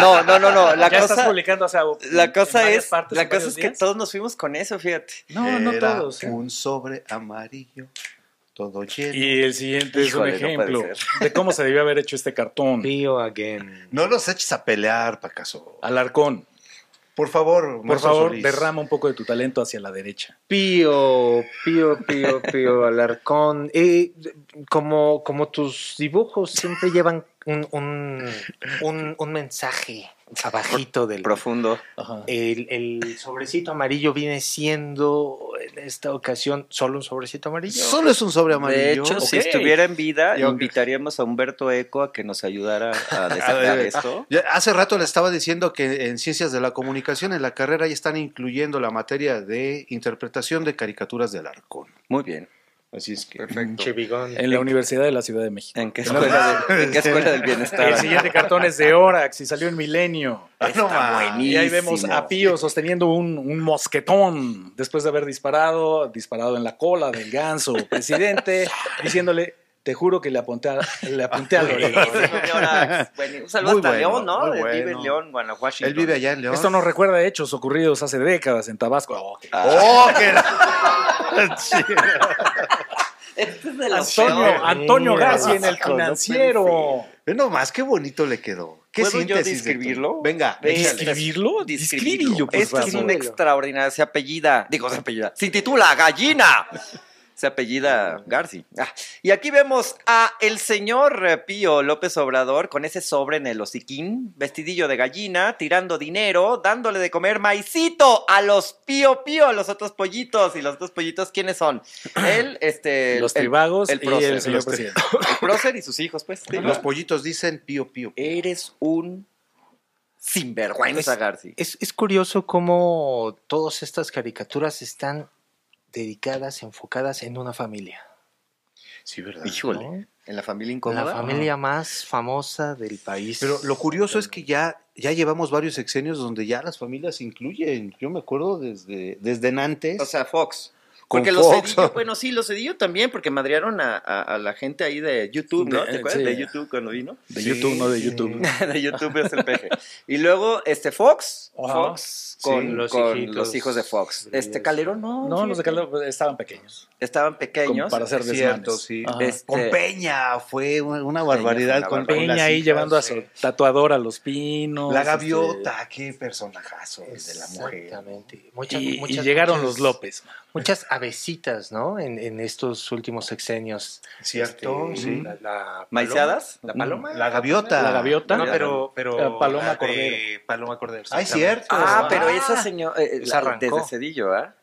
[SPEAKER 3] No, no, no, no. La
[SPEAKER 2] ya estás
[SPEAKER 3] cosa,
[SPEAKER 2] publicando, o sea, en
[SPEAKER 3] la cosa
[SPEAKER 2] varias
[SPEAKER 3] es,
[SPEAKER 2] partes,
[SPEAKER 3] la
[SPEAKER 2] en
[SPEAKER 3] cosa
[SPEAKER 2] varios
[SPEAKER 3] es que
[SPEAKER 2] días.
[SPEAKER 3] todos nos fuimos con eso, fíjate.
[SPEAKER 2] No, no
[SPEAKER 4] Era
[SPEAKER 2] todos. ¿eh?
[SPEAKER 4] Un sobre amarillo, todo lleno.
[SPEAKER 2] Y el siguiente
[SPEAKER 3] Híjole, no
[SPEAKER 2] es un
[SPEAKER 3] puede
[SPEAKER 2] ejemplo
[SPEAKER 3] ser.
[SPEAKER 2] de cómo se debió haber hecho este cartón.
[SPEAKER 5] Pío again.
[SPEAKER 4] No los eches a pelear, Pacaso.
[SPEAKER 2] Alarcón,
[SPEAKER 4] Por favor,
[SPEAKER 2] por favor, derrama un poco de tu talento hacia la derecha.
[SPEAKER 5] Pío, Pío, Pío, Pío Alarcón. Eh, como, como tus dibujos siempre llevan un, un, un- un mensaje abajito del...
[SPEAKER 3] Profundo.
[SPEAKER 2] Ajá.
[SPEAKER 5] El, el sobrecito amarillo viene siendo en esta ocasión solo un sobrecito amarillo.
[SPEAKER 4] Solo es un sobre amarillo.
[SPEAKER 3] De hecho, si
[SPEAKER 4] ok.
[SPEAKER 3] estuviera en vida,
[SPEAKER 4] Yo-
[SPEAKER 3] invitaríamos a Humberto Eco a que nos ayudara a desatar esto.
[SPEAKER 4] Ya hace rato le estaba diciendo que en Ciencias de la Comunicación, en la carrera, ya están incluyendo la materia de interpretación de caricaturas del arcón.
[SPEAKER 3] Muy bien.
[SPEAKER 4] Así es que. mm,
[SPEAKER 5] Chivigón.
[SPEAKER 2] En la Universidad de la Ciudad de México.
[SPEAKER 3] ¿En qué escuela, de- en qué escuela del bienestar?
[SPEAKER 2] El siguiente cartón es de Orax y salió en Milenio.
[SPEAKER 4] Ah, no
[SPEAKER 3] Está
[SPEAKER 4] mames.
[SPEAKER 3] buenísimo.
[SPEAKER 2] Y ahí vemos a Pío sosteniendo un, un mosquetón después de haber disparado, disparado en la cola del ganso presidente, diciéndole, te juro que le apunté a, le apunté a Loreto".
[SPEAKER 3] Buenísimo, mi Orax. pues, Bueno, Un saludo
[SPEAKER 4] Muy
[SPEAKER 3] hasta
[SPEAKER 4] bueno,
[SPEAKER 3] León, ¿no?
[SPEAKER 4] muy
[SPEAKER 3] Vive
[SPEAKER 4] bueno.
[SPEAKER 3] en León, Guanajuato.
[SPEAKER 4] Él vive allá en León.
[SPEAKER 2] Esto nos recuerda a hechos ocurridos hace décadas en Tabasco. Oh, ok.
[SPEAKER 3] Ah.
[SPEAKER 4] ¡Oh, qué la- Sí.
[SPEAKER 3] Este
[SPEAKER 4] Ah,
[SPEAKER 3] es de los peores.
[SPEAKER 2] Antonio, Antonio
[SPEAKER 5] Mira,
[SPEAKER 2] Gassi en el
[SPEAKER 4] Tabasco, no
[SPEAKER 2] financiero.
[SPEAKER 4] Ve nomás, qué bonito le quedó. ¿Qué
[SPEAKER 3] ¿Puedo yo
[SPEAKER 4] síntesis de tu-
[SPEAKER 3] describirlo?
[SPEAKER 4] Venga,
[SPEAKER 3] Ve,
[SPEAKER 4] échale.
[SPEAKER 2] ¿Describirlo? Describirlo.
[SPEAKER 3] Este es una extraordinaria. Se apellida. Digo, se apellida. Se titula Gallina. Se apellida Garci. Ah, Y aquí vemos a el señor eh, Pío López Obrador con ese sobre en el hociquín, vestidillo de gallina, tirando dinero, dándole de comer maicito a los Pío Pío, a los otros pollitos. ¿Y los otros pollitos quiénes son? Él, este...
[SPEAKER 2] Los
[SPEAKER 3] el-
[SPEAKER 2] tribagos
[SPEAKER 3] el
[SPEAKER 2] y
[SPEAKER 3] prócer,
[SPEAKER 2] el señor
[SPEAKER 3] los tri-
[SPEAKER 2] presidente.
[SPEAKER 3] El prócer y sus hijos, pues.
[SPEAKER 4] Los pollitos dicen pío, pío.
[SPEAKER 3] Eres un sinvergüenza, Garci.
[SPEAKER 5] Es, es curioso cómo todas estas caricaturas están dedicadas, enfocadas en una familia.
[SPEAKER 4] Sí, ¿verdad?
[SPEAKER 3] Híjole,
[SPEAKER 5] ¿no?
[SPEAKER 3] en la familia
[SPEAKER 5] La
[SPEAKER 3] incómoda.
[SPEAKER 5] familia más famosa del país.
[SPEAKER 4] Pero lo curioso es que ya, ya llevamos varios sexenios donde ya las familias se incluyen. Yo me acuerdo desde, desde Nantes.
[SPEAKER 3] O sea, Fox.
[SPEAKER 4] Con
[SPEAKER 3] Porque los
[SPEAKER 4] Fox.
[SPEAKER 3] Cedillo, bueno, sí, los Cedillo también, porque madrearon a, a- a la gente ahí de YouTube, ¿no?
[SPEAKER 2] De-
[SPEAKER 3] ¿Te acuerdas
[SPEAKER 2] sí.
[SPEAKER 3] de YouTube cuando vino?
[SPEAKER 2] De YouTube, no de YouTube.
[SPEAKER 3] de YouTube es el peje. Y luego, este, Fox.
[SPEAKER 2] Ajá.
[SPEAKER 3] Fox con,
[SPEAKER 5] Sí,
[SPEAKER 3] con
[SPEAKER 5] los
[SPEAKER 3] los,
[SPEAKER 5] hijitos.
[SPEAKER 3] hijos de Fox. Este, Calderón, no.
[SPEAKER 2] No, los de
[SPEAKER 3] fíjate.
[SPEAKER 2] Calderón estaban pequeños.
[SPEAKER 3] Estaban pequeños.
[SPEAKER 2] como para hacer
[SPEAKER 4] es
[SPEAKER 2] desmanes.
[SPEAKER 4] cierto, sí.
[SPEAKER 2] Ajá.
[SPEAKER 3] Este,
[SPEAKER 4] Ah, con Peña fue una, una barbaridad.
[SPEAKER 3] fue una
[SPEAKER 4] con con
[SPEAKER 2] Peña
[SPEAKER 4] las
[SPEAKER 2] ahí
[SPEAKER 4] hijas,
[SPEAKER 2] llevando a
[SPEAKER 4] sí.
[SPEAKER 2] su tatuador a los pinos.
[SPEAKER 4] La
[SPEAKER 2] este,
[SPEAKER 4] gaviota, qué personajazo el de la mujer.
[SPEAKER 5] Exactamente. Muchas-
[SPEAKER 2] y, y
[SPEAKER 5] muchas-
[SPEAKER 2] llegaron los
[SPEAKER 5] muchas-
[SPEAKER 2] López.
[SPEAKER 5] Muchas avecitas, ¿no? En, en estos últimos sexenios.
[SPEAKER 4] ¿Cierto?
[SPEAKER 5] Este,
[SPEAKER 4] sí.
[SPEAKER 5] la- la
[SPEAKER 3] ¿Maiseadas?
[SPEAKER 5] paloma- La paloma.
[SPEAKER 4] La gaviota.
[SPEAKER 2] La gaviota.
[SPEAKER 5] Mm. No, pero, pero
[SPEAKER 2] Eh, Paloma
[SPEAKER 5] la de
[SPEAKER 2] Cordero.
[SPEAKER 5] Paloma Cordero.
[SPEAKER 4] Ah, es cierto.
[SPEAKER 3] Ah, pero
[SPEAKER 5] es
[SPEAKER 3] esa señora. eh,
[SPEAKER 5] Esa
[SPEAKER 3] la-
[SPEAKER 5] arrancó.
[SPEAKER 3] desde Cedillo, ¿ah?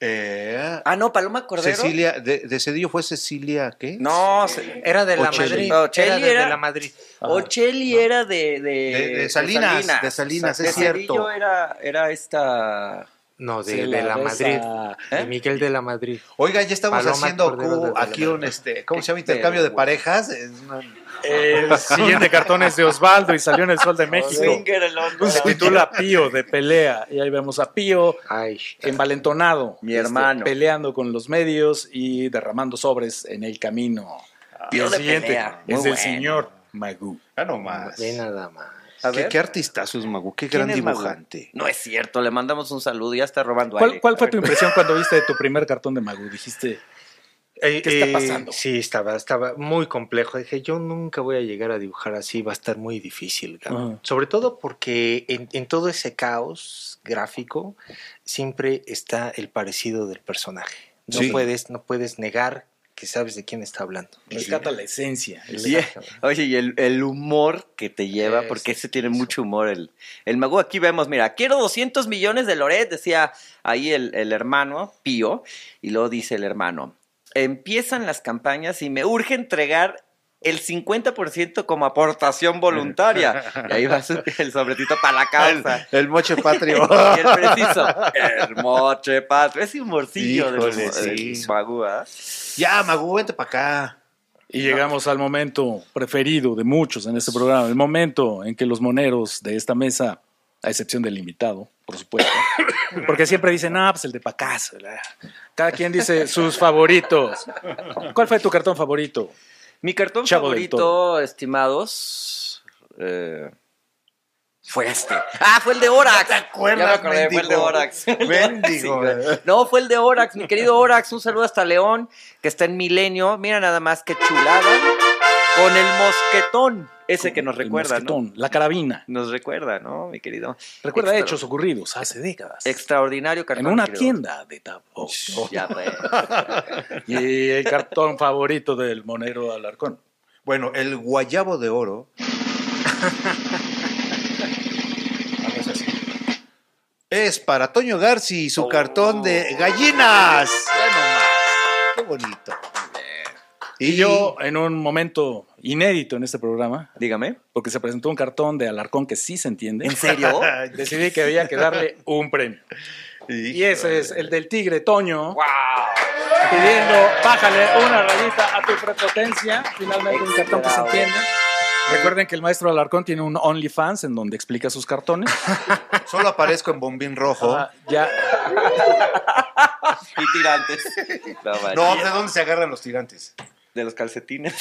[SPEAKER 4] Eh,
[SPEAKER 3] Ah, no, Paloma Cordero.
[SPEAKER 4] Cecilia, de, de Cedillo fue Cecilia, ¿qué?
[SPEAKER 3] No, se-
[SPEAKER 5] Era de la
[SPEAKER 4] Ocelli.
[SPEAKER 5] Madrid.
[SPEAKER 3] Ocelli
[SPEAKER 5] Era de,
[SPEAKER 3] era-
[SPEAKER 5] de la Madrid.
[SPEAKER 2] Ajá.
[SPEAKER 3] Ocelli era eh, de, de,
[SPEAKER 4] de Salinas, de Salinas, es
[SPEAKER 3] de
[SPEAKER 4] cierto.
[SPEAKER 3] Cedillo era, era esta.
[SPEAKER 5] No, de,
[SPEAKER 2] Sí,
[SPEAKER 5] de ¿Eh? la, Madrid.
[SPEAKER 2] esa-
[SPEAKER 5] De Miguel de la Madrid.
[SPEAKER 4] Oiga, ya estamos
[SPEAKER 5] Paloma
[SPEAKER 4] haciendo
[SPEAKER 5] Cordero
[SPEAKER 4] cu-
[SPEAKER 5] de- de la
[SPEAKER 4] aquí un, este, ¿cómo se llama?
[SPEAKER 3] Qué
[SPEAKER 4] Intercambio de
[SPEAKER 3] pedo, güey.
[SPEAKER 4] parejas. Es una-
[SPEAKER 2] El siguiente cartón es de Osvaldo y salió en el Sol de México.
[SPEAKER 3] Swinger, el hombre.
[SPEAKER 2] Se titula Pío de pelea. Y ahí vemos a Pío
[SPEAKER 5] Ay,
[SPEAKER 2] envalentonado. este,
[SPEAKER 3] Mi hermano.
[SPEAKER 2] Peleando con los medios y derramando sobres en el camino. Y
[SPEAKER 3] Pío
[SPEAKER 2] el
[SPEAKER 3] de
[SPEAKER 2] siguiente
[SPEAKER 3] pelea. Muy
[SPEAKER 2] es del
[SPEAKER 3] bueno.
[SPEAKER 2] señor Magoo.
[SPEAKER 4] Ah, no más.
[SPEAKER 5] ve nada más.
[SPEAKER 3] A
[SPEAKER 4] ¿Qué,
[SPEAKER 3] ver.
[SPEAKER 4] qué artistazo es Magu, qué
[SPEAKER 3] ¿Quién
[SPEAKER 4] gran
[SPEAKER 3] es Magu?
[SPEAKER 4] dibujante.
[SPEAKER 3] No es cierto, le mandamos un saludo, ya está robando
[SPEAKER 2] ¿Cuál,
[SPEAKER 3] aire.
[SPEAKER 2] cuál fue tu impresión cuando viste tu primer cartón de Magoo? Dijiste, ¿Qué está pasando?
[SPEAKER 5] Eh, sí, estaba, estaba muy complejo. Dije, yo nunca voy a llegar a dibujar así, va a estar muy difícil. cabrón.
[SPEAKER 2] Ajá.
[SPEAKER 5] Sobre todo porque en, en todo ese caos gráfico siempre está el parecido del personaje. No
[SPEAKER 4] Sí.
[SPEAKER 5] puedes, no puedes negar que sabes de quién está hablando.
[SPEAKER 2] rescata la esencia.
[SPEAKER 3] Y- Oye, y el, el humor que te lleva,
[SPEAKER 5] Eso,
[SPEAKER 3] porque ese tiene
[SPEAKER 5] eso.
[SPEAKER 3] mucho humor. El, el mago aquí vemos, mira, quiero 200 millones de Loret, decía ahí el, el hermano Pío, y luego dice el hermano, empiezan las campañas y me urge entregar el 50% como aportación voluntaria. Y ahí va su- el sobretito para la
[SPEAKER 4] El,
[SPEAKER 3] causa.
[SPEAKER 4] el moche patrio.
[SPEAKER 3] Y el preciso, el moche patrio, ese humorcillo de los
[SPEAKER 4] Híjole, sí.
[SPEAKER 3] ¿ah?
[SPEAKER 4] ya, Magu, vente para acá.
[SPEAKER 2] Y llegamos al momento preferido de muchos en este programa, el momento en que los moneros de esta mesa, a excepción del invitado, por supuesto, porque siempre dicen, ah, pues el de Pacas, ¿verdad? cada quien dice sus favoritos. ¿Cuál fue tu cartón favorito?
[SPEAKER 3] Mi cartón
[SPEAKER 2] Chavo del
[SPEAKER 3] favorito, estimados, eh, fue este. Ah, fue el de Orax. ya
[SPEAKER 4] acuerdas,
[SPEAKER 3] me acordé, fue el de
[SPEAKER 4] mendigo?
[SPEAKER 3] Orax. El de
[SPEAKER 4] Mendigo.
[SPEAKER 3] Orax, sí, güey. no, fue el de Orax, mi querido Orax. Un saludo hasta León, que está en Milenio. Mira nada más qué chulada. Con el mosquetón, ese que nos
[SPEAKER 2] El
[SPEAKER 3] recuerda, ¿no?
[SPEAKER 2] mosquetón, La carabina.
[SPEAKER 3] Nos recuerda, ¿no, mi querido?
[SPEAKER 2] Recuerda
[SPEAKER 3] Extra-
[SPEAKER 2] hechos ocurridos hace décadas.
[SPEAKER 3] Extraordinario cartón.
[SPEAKER 2] en una
[SPEAKER 3] mi querido.
[SPEAKER 2] tienda de tabacos.
[SPEAKER 3] Ya, pues.
[SPEAKER 2] Y el cartón favorito del monero Alarcón.
[SPEAKER 4] Bueno, el guayabo de oro. Vamos así. Es para Toño Garci y
[SPEAKER 2] Oh.
[SPEAKER 4] su cartón de gallinas. Ya nomás. Qué bonito.
[SPEAKER 2] Y yo, en un momento inédito en este programa,
[SPEAKER 3] Dígame.
[SPEAKER 2] porque se presentó un cartón de Alarcón que sí se entiende,
[SPEAKER 3] ¿En serio?
[SPEAKER 2] decidí que había que darle un premio. Y ese es el del tigre Toño,
[SPEAKER 3] ¡Wow!
[SPEAKER 2] pidiendo, bájale una rayita a tu prepotencia, finalmente un cartón que se entiende. Recuerden que el maestro Alarcón tiene un OnlyFans en donde explica sus cartones.
[SPEAKER 4] Solo aparezco en bombín rojo.
[SPEAKER 2] Ah, ya,
[SPEAKER 3] Y tirantes. No, manches.
[SPEAKER 4] No, ¿de dónde se agarran los tirantes?
[SPEAKER 3] De los calcetines.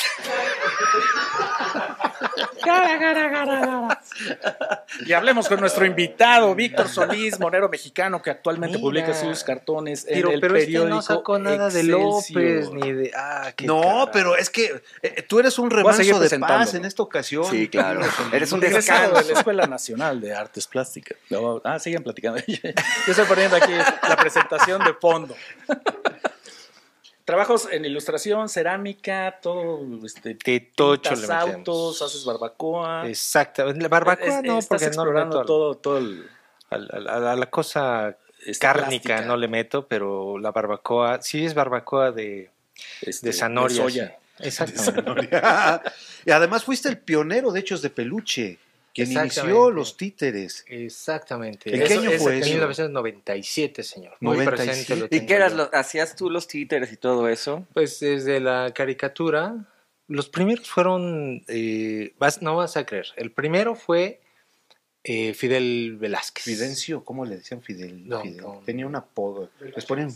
[SPEAKER 2] y hablemos con nuestro invitado, Víctor Solís, monero mexicano, que actualmente publica sus cartones en
[SPEAKER 5] Pero,
[SPEAKER 2] el
[SPEAKER 5] pero
[SPEAKER 2] periódico
[SPEAKER 5] este no sacó nada
[SPEAKER 2] Excelsior.
[SPEAKER 5] de López ni de. Ah, qué
[SPEAKER 4] No,
[SPEAKER 5] carajo.
[SPEAKER 4] pero es que eh, tú eres un
[SPEAKER 2] a seguir
[SPEAKER 4] remanso de paz
[SPEAKER 2] presentándolo.
[SPEAKER 4] en esta ocasión.
[SPEAKER 3] Sí, claro. Eres un
[SPEAKER 2] Egresado de
[SPEAKER 3] descanso.
[SPEAKER 2] la Escuela Nacional de Artes Plásticas. No, ah, siguen platicando. Yo estoy poniendo aquí la presentación de fondo. Trabajos en ilustración, cerámica, todo, este,
[SPEAKER 5] De tocho le
[SPEAKER 2] pintas
[SPEAKER 5] metemos.
[SPEAKER 2] autos, haces barbacoa.
[SPEAKER 5] Exactamente. La barbacoa
[SPEAKER 2] Es-
[SPEAKER 5] no,
[SPEAKER 2] estás
[SPEAKER 5] porque no le
[SPEAKER 2] explorando
[SPEAKER 5] meto al-
[SPEAKER 2] todo, todo el-
[SPEAKER 5] al- al- a, la cosa
[SPEAKER 2] Es
[SPEAKER 5] cárnica
[SPEAKER 2] plástica.
[SPEAKER 5] no le meto, pero la barbacoa, sí es barbacoa de,
[SPEAKER 2] este,
[SPEAKER 5] de zanahoria.
[SPEAKER 2] soya.
[SPEAKER 5] sí. Exactamente.
[SPEAKER 4] y además fuiste el pionero de hechos de peluche. quien
[SPEAKER 5] Exactamente.
[SPEAKER 4] inició los títeres.
[SPEAKER 5] Exactamente.
[SPEAKER 4] ¿En qué
[SPEAKER 5] Eso
[SPEAKER 4] año
[SPEAKER 5] es
[SPEAKER 4] fue
[SPEAKER 5] en
[SPEAKER 4] eso?
[SPEAKER 5] 1997, señor. Muy
[SPEAKER 4] 97.
[SPEAKER 5] presente lo
[SPEAKER 3] ¿Y
[SPEAKER 5] tengo
[SPEAKER 3] qué eras?
[SPEAKER 5] yo.
[SPEAKER 3] lo- ¿Hacías tú los títeres y todo eso?
[SPEAKER 5] Pues desde la caricatura, los primeros fueron, eh, vas, no vas a creer, el primero fue eh, Fidel Velázquez.
[SPEAKER 4] Fidencio, ¿cómo le decían Fidel?
[SPEAKER 5] No,
[SPEAKER 4] Fidel.
[SPEAKER 5] no.
[SPEAKER 4] Tenía un apodo. Les ponían.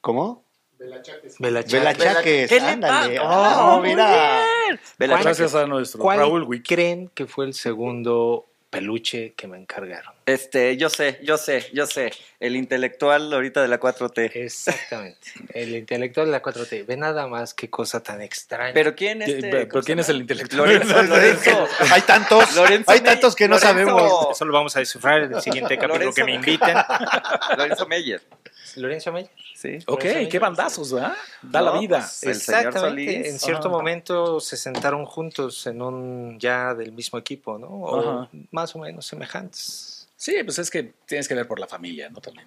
[SPEAKER 4] ¿Cómo?
[SPEAKER 5] Velázquez.
[SPEAKER 4] Velachaques,
[SPEAKER 3] ¿Qué le
[SPEAKER 4] ándale.
[SPEAKER 3] pasa?
[SPEAKER 4] Oh, mira.
[SPEAKER 3] Vela-
[SPEAKER 2] Gracias a nuestro
[SPEAKER 5] ¿Cuál
[SPEAKER 2] Raúl Wick.
[SPEAKER 5] creen que fue el segundo peluche que me encargaron?
[SPEAKER 3] Este, yo sé, yo sé, yo sé. El intelectual ahorita de la 4T.
[SPEAKER 5] Exactamente. el intelectual de la 4T. Ve nada más qué cosa tan extraña.
[SPEAKER 3] ¿Pero quién este,
[SPEAKER 2] ¿Qué-
[SPEAKER 3] cómo
[SPEAKER 2] ¿Pero
[SPEAKER 3] se
[SPEAKER 2] quién es
[SPEAKER 3] llama?
[SPEAKER 2] el intelectual?
[SPEAKER 3] Lorenzo, Lorenzo.
[SPEAKER 4] Hay tantos.
[SPEAKER 3] Lorenzo
[SPEAKER 4] hay
[SPEAKER 3] May-
[SPEAKER 4] tantos que no
[SPEAKER 3] Lorenzo-
[SPEAKER 4] sabemos.
[SPEAKER 5] Eso lo vamos a descifrar en el siguiente capítulo
[SPEAKER 3] Lorenzo-
[SPEAKER 5] que me inviten.
[SPEAKER 3] Lorenzo Meyer.
[SPEAKER 5] Lorenzo Meyer.
[SPEAKER 3] Sí.
[SPEAKER 2] Ok, qué bandazos, ¿verdad? Da
[SPEAKER 3] No,
[SPEAKER 2] la vida.
[SPEAKER 3] pues, el señor
[SPEAKER 5] Exactamente.
[SPEAKER 3] Solís.
[SPEAKER 5] En cierto
[SPEAKER 2] Ajá.
[SPEAKER 5] momento se sentaron juntos en un ya del mismo equipo, ¿no? O
[SPEAKER 2] Ajá.
[SPEAKER 5] más o menos semejantes.
[SPEAKER 2] Sí, pues es que tienes que ver por la familia, ¿no? También.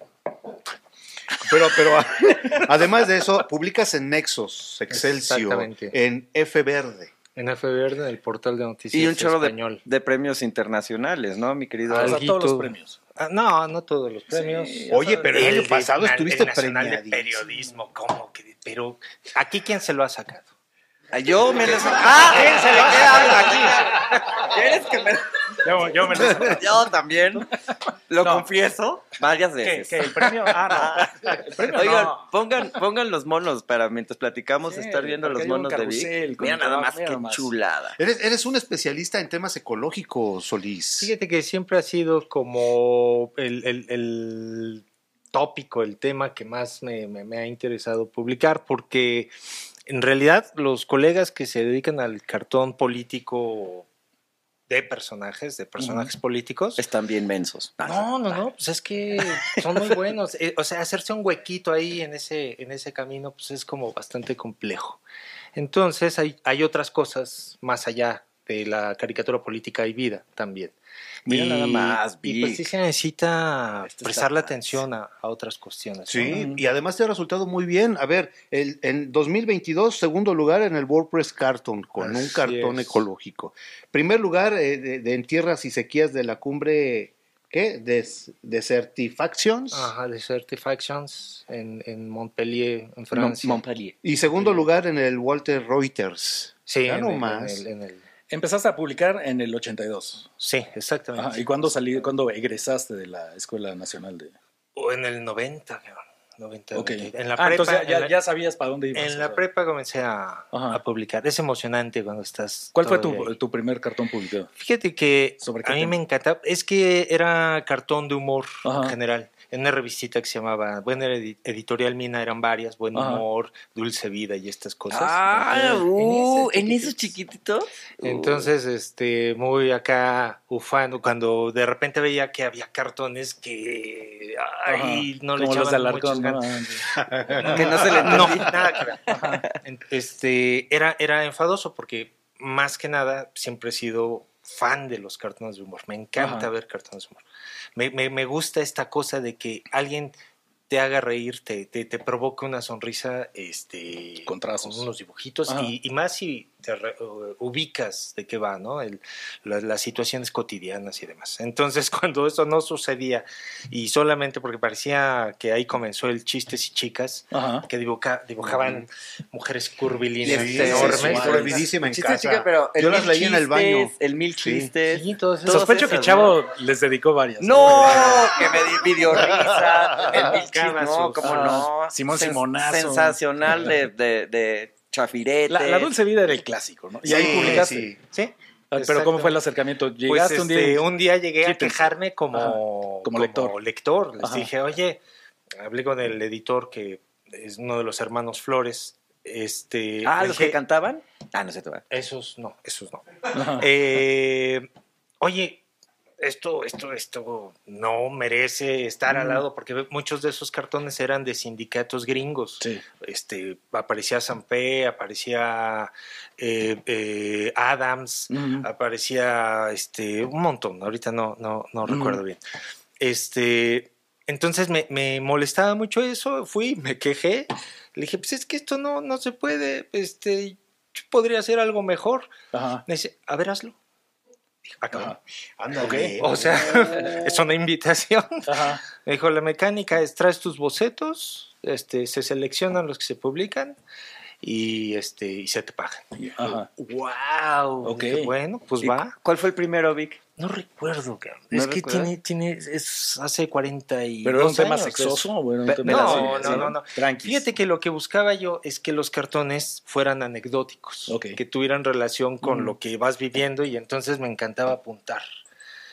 [SPEAKER 4] Pero, pero además de eso, publicas en Nexos, Excelsior,
[SPEAKER 5] Exactamente.
[SPEAKER 4] en F Verde.
[SPEAKER 5] En FBR, en el portal de noticias
[SPEAKER 3] Y un chorro de,
[SPEAKER 5] español.
[SPEAKER 3] de premios internacionales, ¿no, mi querido?
[SPEAKER 2] O sea,
[SPEAKER 5] Alguito.
[SPEAKER 2] todos los premios.
[SPEAKER 5] Ah, no, no todos los premios.
[SPEAKER 2] Sí,
[SPEAKER 4] Oye, pero el año
[SPEAKER 5] de-
[SPEAKER 4] pasado
[SPEAKER 5] na-
[SPEAKER 4] estuviste
[SPEAKER 5] el Nacional de
[SPEAKER 4] premiadísimo.
[SPEAKER 5] periodismo, ¿cómo que? Pero aquí quién se lo ha sacado.
[SPEAKER 3] Yo me les... ¡Ah! ¿Quién se le queda aquí? ¿Quieres que me...
[SPEAKER 5] Yo, me lo
[SPEAKER 3] Yo también, lo
[SPEAKER 2] No.
[SPEAKER 3] confieso, varias veces.
[SPEAKER 5] el premio. Ah, no. El premio
[SPEAKER 3] Oigan,
[SPEAKER 5] no.
[SPEAKER 3] pongan, pongan los monos para mientras platicamos
[SPEAKER 2] Sí,
[SPEAKER 3] estar viendo
[SPEAKER 2] porque
[SPEAKER 3] los
[SPEAKER 2] hay un
[SPEAKER 3] monos de Vic.
[SPEAKER 2] carrusel con
[SPEAKER 3] Mira
[SPEAKER 2] el
[SPEAKER 3] nada
[SPEAKER 2] trabajo,
[SPEAKER 3] más
[SPEAKER 2] mira
[SPEAKER 3] qué
[SPEAKER 2] nomás.
[SPEAKER 3] chulada.
[SPEAKER 4] Eres, eres un especialista en temas ecológicos, Solís.
[SPEAKER 5] Fíjate que siempre ha sido como el, el- el tópico, el tema que más me, me- me ha interesado publicar, porque en realidad los colegas que se dedican al cartón político de personajes, de personajes políticos,
[SPEAKER 3] Están bien mensos.
[SPEAKER 5] no, no, no, pues es que son muy buenos. Eh, O sea, hacerse un huequito ahí en ese, en ese camino, pues es como bastante complejo. Entonces, hay, hay otras cosas más allá de la caricatura política y vida también.
[SPEAKER 3] Mira
[SPEAKER 5] y,
[SPEAKER 3] nada más,
[SPEAKER 5] y pues sí
[SPEAKER 3] Vic.
[SPEAKER 5] se necesita
[SPEAKER 3] Esto está
[SPEAKER 5] prestar la
[SPEAKER 3] mal.
[SPEAKER 5] atención a, a otras cuestiones.
[SPEAKER 4] Sí,
[SPEAKER 3] Ujú.
[SPEAKER 4] y además te ha resultado muy bien. A ver, el, en 2022, segundo lugar en el WordPress Carton, con un
[SPEAKER 5] Así
[SPEAKER 4] cartón
[SPEAKER 5] es.
[SPEAKER 4] ecológico. Primer lugar eh, de, de- en tierras y sequías de la cumbre, ¿qué? Des, Desertifactions.
[SPEAKER 5] ¿no? Ajá, de Certifactions en, en Montpellier, en
[SPEAKER 3] Mon-
[SPEAKER 5] Francia.
[SPEAKER 3] Montpellier.
[SPEAKER 4] Y segundo lugar en el Walter Reuters.
[SPEAKER 5] sí,
[SPEAKER 4] Ya
[SPEAKER 5] en
[SPEAKER 4] no
[SPEAKER 5] el- en
[SPEAKER 4] más.
[SPEAKER 5] el- en el-
[SPEAKER 2] Empezaste a publicar en el 82.
[SPEAKER 5] Ah, sí, exactamente.
[SPEAKER 2] Ajá, ¿Y cuándo salí, cuándo egresaste de la Escuela Nacional de...?
[SPEAKER 5] O en el 90, cabrón, 90,
[SPEAKER 2] Ok.
[SPEAKER 5] En la
[SPEAKER 2] ah, entonces
[SPEAKER 5] prepa,
[SPEAKER 2] ya,
[SPEAKER 5] en la-
[SPEAKER 2] ya sabías para dónde ibas.
[SPEAKER 5] En la
[SPEAKER 2] ¿verdad?
[SPEAKER 5] prepa comencé a,
[SPEAKER 2] Ajá.
[SPEAKER 5] a publicar. Es emocionante cuando estás.
[SPEAKER 2] ¿Cuál fue
[SPEAKER 5] todavía
[SPEAKER 2] tu,
[SPEAKER 5] ahí.
[SPEAKER 2] tu primer cartón publicado?
[SPEAKER 5] Fíjate que
[SPEAKER 2] ¿Sobre qué
[SPEAKER 5] a mí
[SPEAKER 2] tema?
[SPEAKER 5] me encantaba. Es que era cartón de humor
[SPEAKER 2] Ajá.
[SPEAKER 5] en general. En una revistita que se llamaba. Bueno, era edi- Editorial Mina, eran varias. Buen
[SPEAKER 2] Ajá.
[SPEAKER 5] humor, Dulce Vida y estas cosas.
[SPEAKER 3] Ah,
[SPEAKER 5] Entonces,
[SPEAKER 3] uh,
[SPEAKER 5] en esas
[SPEAKER 3] en esos
[SPEAKER 5] chiquititas.
[SPEAKER 3] chiquititos. Uh.
[SPEAKER 5] Entonces, este, muy acá ufano, cuando de repente veía que había cartones que ay,
[SPEAKER 2] Ajá,
[SPEAKER 5] no le
[SPEAKER 2] como los de
[SPEAKER 5] echaban muchas
[SPEAKER 2] Alarcón,
[SPEAKER 5] ganas.
[SPEAKER 2] ¿no?
[SPEAKER 3] Que no se le
[SPEAKER 5] no,
[SPEAKER 3] entendí.
[SPEAKER 5] nada que ver. En- Este, era, era enfadoso porque más que nada siempre he sido fan de los cartones de humor. Me encanta
[SPEAKER 2] Ajá.
[SPEAKER 5] ver cartones de humor. Me, me- me gusta esta cosa de que alguien te haga reír, te, te, te provoque una sonrisa este,
[SPEAKER 2] Con trazos.
[SPEAKER 5] unos dibujitos
[SPEAKER 2] Ajá.
[SPEAKER 5] y, y más si te re- u- ubicas de qué va, ¿no? El- la- las situaciones cotidianas y demás. Entonces, cuando eso no sucedía y solamente porque parecía que ahí comenzó el chistes y chicas,
[SPEAKER 2] Ajá.
[SPEAKER 5] que dibuca- dibujaban mujeres
[SPEAKER 4] Sí,
[SPEAKER 5] curvilíneas
[SPEAKER 3] Y este,
[SPEAKER 5] enormes.
[SPEAKER 4] sí,
[SPEAKER 3] sí,
[SPEAKER 4] prohibidísima en
[SPEAKER 3] Chistes,
[SPEAKER 4] casa.
[SPEAKER 3] chica, pero el
[SPEAKER 4] Yo las
[SPEAKER 3] mil
[SPEAKER 4] leí en el baño.
[SPEAKER 3] chistes, El mil chistes.
[SPEAKER 5] Sí, todas esas-
[SPEAKER 3] Todos
[SPEAKER 2] Sospecho que
[SPEAKER 3] esos,
[SPEAKER 2] Chavo les dedicó varias.
[SPEAKER 3] No, que me di video risa, el mil chistes,
[SPEAKER 5] Cama
[SPEAKER 3] no,
[SPEAKER 5] sus-
[SPEAKER 3] cómo
[SPEAKER 2] ah,
[SPEAKER 3] no.
[SPEAKER 2] Simón
[SPEAKER 3] Sen-
[SPEAKER 2] Simonazo.
[SPEAKER 3] Sensacional de, de, de chafirete.
[SPEAKER 2] La, la dulce vida era el clásico, ¿no? Y ahí
[SPEAKER 4] Sí,
[SPEAKER 2] publicaste.
[SPEAKER 4] sí.
[SPEAKER 5] Este, Sí.
[SPEAKER 2] Ah, Pero
[SPEAKER 5] exacto.
[SPEAKER 2] ¿cómo fue el acercamiento?
[SPEAKER 5] Pues,
[SPEAKER 2] Llegaste un día.
[SPEAKER 5] este,
[SPEAKER 2] y-
[SPEAKER 5] un día llegué a
[SPEAKER 2] Quítense.
[SPEAKER 5] quejarme como,
[SPEAKER 2] Ajá, como lector.
[SPEAKER 5] lector. Les
[SPEAKER 2] Ajá.
[SPEAKER 5] dije, oye, hablé con el editor que es uno de los hermanos Flores. Este,
[SPEAKER 3] Ah,
[SPEAKER 5] le
[SPEAKER 3] los que
[SPEAKER 5] dije,
[SPEAKER 3] cantaban. Ah, no sé tú.
[SPEAKER 5] Esos no, esos no.
[SPEAKER 2] Ajá.
[SPEAKER 5] Eh, oye, esto, esto, esto no merece estar al
[SPEAKER 2] Mm.
[SPEAKER 5] lado porque muchos de esos cartones eran de sindicatos gringos.
[SPEAKER 2] Sí.
[SPEAKER 5] este, aparecía Sampé, aparecía eh, eh, Adams,
[SPEAKER 2] Ujú.
[SPEAKER 5] aparecía este, un montón, ahorita no, no, no
[SPEAKER 2] Ujú.
[SPEAKER 5] recuerdo bien. Este, entonces me, me molestaba mucho eso, fui, me quejé, le dije, pues es que esto no, no se puede, este, yo podría hacer algo mejor.
[SPEAKER 2] Ajá.
[SPEAKER 5] Me dice, a ver, hazlo. Ah, cabrón.
[SPEAKER 4] Ándale.
[SPEAKER 5] O sea, es una invitación.
[SPEAKER 2] Ajá.
[SPEAKER 5] Me dijo, la mecánica es traes tus bocetos, este, se seleccionan los que se publican y este y se te pagan.
[SPEAKER 2] Ajá.
[SPEAKER 5] Wow.
[SPEAKER 2] Ok.
[SPEAKER 5] bueno, pues
[SPEAKER 3] ¿Y
[SPEAKER 5] va.
[SPEAKER 3] cu- ¿Cuál fue el primero, Vic?
[SPEAKER 5] No recuerdo, cabrón.
[SPEAKER 3] ¿No
[SPEAKER 5] es que
[SPEAKER 3] recuerdas?
[SPEAKER 5] tiene, tiene, es hace 40 y
[SPEAKER 2] Pero era un tema
[SPEAKER 5] años de eso.
[SPEAKER 2] sexoso. o era un
[SPEAKER 3] Pe-
[SPEAKER 2] tema
[SPEAKER 5] No,
[SPEAKER 2] así?
[SPEAKER 5] no,
[SPEAKER 2] Sí,
[SPEAKER 5] no, no.
[SPEAKER 2] Tranquis.
[SPEAKER 5] Fíjate que lo que buscaba yo es que los cartones fueran anecdóticos,
[SPEAKER 2] Ok.
[SPEAKER 5] que tuvieran relación con
[SPEAKER 2] Mm.
[SPEAKER 5] lo que vas viviendo y entonces me encantaba apuntar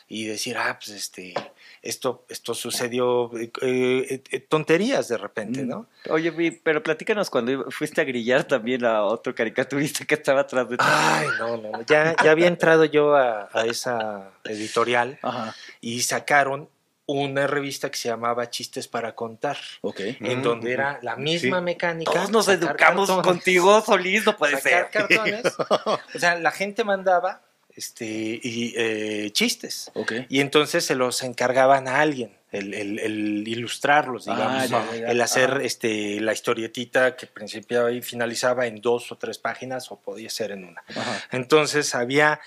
[SPEAKER 5] y decir, ah, pues este, esto, esto sucedió, eh, eh, eh, tonterías de repente,
[SPEAKER 2] Mm.
[SPEAKER 5] ¿no?
[SPEAKER 3] Oye, Vic, pero platícanos cuando iba- fuiste a grillar también a otro caricaturista que estaba atrás de
[SPEAKER 2] Ah,
[SPEAKER 3] ti.
[SPEAKER 5] Ay, no, no, no. Ya, ya había entrado yo a, a esa editorial
[SPEAKER 2] Ajá.
[SPEAKER 5] y sacaron una revista que se llamaba Chistes para Contar,
[SPEAKER 2] Ok.
[SPEAKER 5] en
[SPEAKER 4] Mm,
[SPEAKER 5] donde
[SPEAKER 4] mm,
[SPEAKER 5] era la misma
[SPEAKER 4] Sí.
[SPEAKER 5] mecánica.
[SPEAKER 3] Todos nos
[SPEAKER 5] sacar
[SPEAKER 3] educamos
[SPEAKER 5] cartones.
[SPEAKER 3] contigo, Solís, no puede
[SPEAKER 5] sacar
[SPEAKER 3] ser.
[SPEAKER 5] cartones. O sea, la gente mandaba este, y, eh, chistes.
[SPEAKER 2] Ok.
[SPEAKER 5] Y entonces se los encargaban a alguien, el, el- el ilustrarlos,
[SPEAKER 2] Ah,
[SPEAKER 5] digamos.
[SPEAKER 2] ya, ya, ya.
[SPEAKER 5] El hacer
[SPEAKER 2] Ajá.
[SPEAKER 5] este, la historietita que principiaba y finalizaba en dos o tres páginas o podía ser en una.
[SPEAKER 2] Ajá.
[SPEAKER 5] Entonces había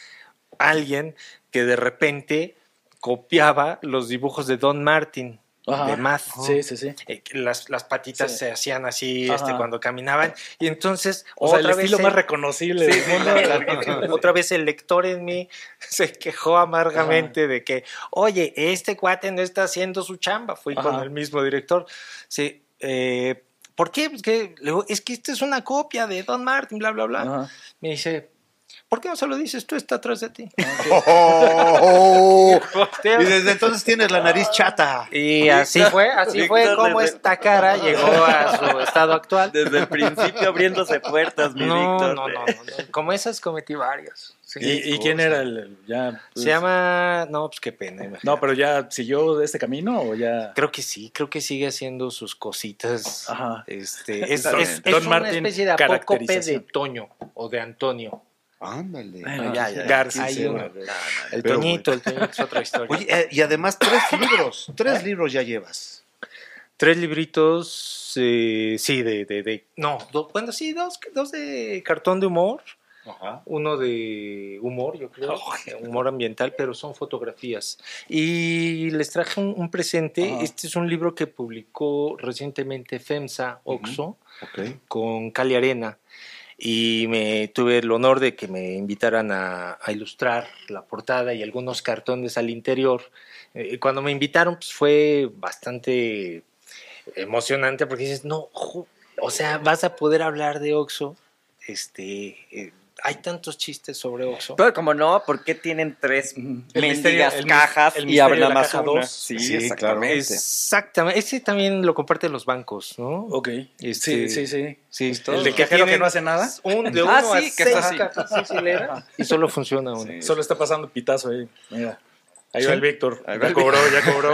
[SPEAKER 5] alguien que de repente copiaba los dibujos de Don Martin,
[SPEAKER 2] Ajá.
[SPEAKER 5] de Math
[SPEAKER 2] Sí, sí, sí.
[SPEAKER 5] eh, que las, las patitas
[SPEAKER 2] Sí.
[SPEAKER 5] se hacían así
[SPEAKER 2] Ajá.
[SPEAKER 5] este, cuando caminaban. Y entonces,
[SPEAKER 2] O sea, el
[SPEAKER 5] otra vez
[SPEAKER 2] estilo
[SPEAKER 5] el-
[SPEAKER 2] más reconocible del mundo.
[SPEAKER 5] otra vez el lector en mí se quejó amargamente de que, oye, este cuate no está haciendo su chamba. Fui con
[SPEAKER 2] Ajá.
[SPEAKER 5] el mismo director. Sí, eh, ¿Por qué? Pues que, le digo, es que esta es una copia de Don Martin, bla, bla, bla.
[SPEAKER 2] Ajá.
[SPEAKER 5] Me dice, ¿por qué no se lo dices? Tú está atrás de ti.
[SPEAKER 4] Oh,
[SPEAKER 5] Volteo.
[SPEAKER 4] Y desde entonces tienes la nariz chata.
[SPEAKER 5] Y así fue, así fue
[SPEAKER 3] Víctor
[SPEAKER 5] como
[SPEAKER 3] desde-
[SPEAKER 5] esta cara llegó a su estado actual.
[SPEAKER 3] Desde el principio abriéndose puertas, mi
[SPEAKER 5] No,
[SPEAKER 3] Víctor.
[SPEAKER 5] no, no, no, no. Como esas cometí varios. Sí,
[SPEAKER 2] ¿Y, y quién
[SPEAKER 5] o sea,
[SPEAKER 2] era el- el ya? pues,
[SPEAKER 5] Se llama. No, pues qué pena. imagínate.
[SPEAKER 2] No, pero ya siguió este camino o ya.
[SPEAKER 5] Creo que sí, creo que sigue haciendo sus cositas.
[SPEAKER 2] Ajá.
[SPEAKER 5] Este, es
[SPEAKER 2] Ah. Don-
[SPEAKER 5] es- es
[SPEAKER 2] Don
[SPEAKER 5] una
[SPEAKER 2] Martín,
[SPEAKER 5] especie de apócope de
[SPEAKER 2] caracterización.
[SPEAKER 5] Toño o de Antonio.
[SPEAKER 4] Ándale.
[SPEAKER 2] Bueno,
[SPEAKER 5] ya,
[SPEAKER 2] ya,
[SPEAKER 5] ya.
[SPEAKER 2] Garza.
[SPEAKER 5] Hay
[SPEAKER 4] Sí,
[SPEAKER 5] uno.
[SPEAKER 4] bueno.
[SPEAKER 5] El
[SPEAKER 4] Pero
[SPEAKER 5] Toñito, el Toñito es otra historia.
[SPEAKER 4] Oye, eh, y además tres libros, tres libros ya llevas.
[SPEAKER 5] tres libritos, eh, sí, de, de, de- No, do- bueno, sí, dos, dos de cartón de humor. Uno de humor, yo creo, humor ambiental, pero son fotografías. Y les traje un, un presente.
[SPEAKER 2] Ajá.
[SPEAKER 5] Este es un libro que publicó recientemente FEMSA Oxo
[SPEAKER 4] Ok.
[SPEAKER 5] con Cali Arena y me tuve el honor de que me invitaran a, a ilustrar la portada y algunos cartones al interior. Eh, cuando me invitaron pues, fue bastante emocionante porque dices, no, ju- o sea, vas a poder hablar de Oxo. Este, eh, hay tantos chistes sobre Oxo.
[SPEAKER 3] Pero como no, ¿por qué tienen tres
[SPEAKER 2] El
[SPEAKER 3] mendigas
[SPEAKER 2] misterio- el mis-
[SPEAKER 3] cajas
[SPEAKER 2] el
[SPEAKER 3] y
[SPEAKER 2] misterio
[SPEAKER 3] abren
[SPEAKER 2] de
[SPEAKER 3] nada
[SPEAKER 2] la
[SPEAKER 3] más
[SPEAKER 2] caja
[SPEAKER 3] una?
[SPEAKER 2] dos.
[SPEAKER 3] Sí,
[SPEAKER 4] Sí, claro.
[SPEAKER 3] exactamente.
[SPEAKER 5] Pues, Exactamente, ese también lo comparten los bancos, ¿no?
[SPEAKER 2] Ok. Sí,
[SPEAKER 5] Este-
[SPEAKER 2] sí, sí.
[SPEAKER 5] Sí,
[SPEAKER 2] El de cajero que
[SPEAKER 5] tienen
[SPEAKER 2] no hace nada.
[SPEAKER 5] Un, de
[SPEAKER 3] Ah,
[SPEAKER 5] uno a
[SPEAKER 3] sí, que
[SPEAKER 5] seis
[SPEAKER 3] está así.
[SPEAKER 5] cajas, sí, sí, le era. y solo funciona uno.
[SPEAKER 2] Solo está pasando pitazo ahí. Mira. Ahí va
[SPEAKER 5] Sí.
[SPEAKER 2] el Víctor.
[SPEAKER 3] Ahí va
[SPEAKER 2] Ya
[SPEAKER 3] el
[SPEAKER 2] cobró, ya cobró.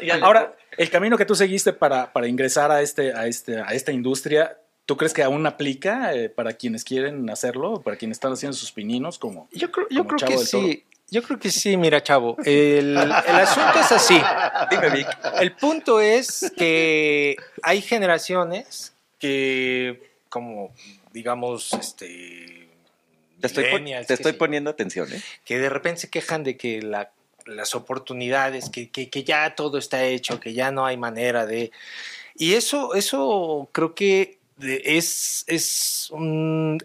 [SPEAKER 2] Ya le- Ahora, el camino que tú seguiste para, para ingresar a, este, a, este, a esta industria, ¿tú crees que aún aplica eh, para quienes quieren hacerlo, para quienes están haciendo sus pininos? Como,
[SPEAKER 5] Yo creo, yo
[SPEAKER 2] Como
[SPEAKER 5] creo
[SPEAKER 2] Chavo
[SPEAKER 5] que
[SPEAKER 2] del Toro.
[SPEAKER 5] sí. Yo creo que sí, mira, chavo. El, el asunto es así.
[SPEAKER 3] Dime, Vic.
[SPEAKER 5] El punto es que hay generaciones que, como, digamos, este.
[SPEAKER 3] Te estoy, pon- te
[SPEAKER 5] millennials, qué
[SPEAKER 3] estoy
[SPEAKER 5] sé yo,
[SPEAKER 3] poniendo atención, ¿eh?
[SPEAKER 5] Que de repente se quejan de que la- las oportunidades, que, que- que ya todo está hecho, que ya no hay manera de. Y eso, eso creo que de- es, es un-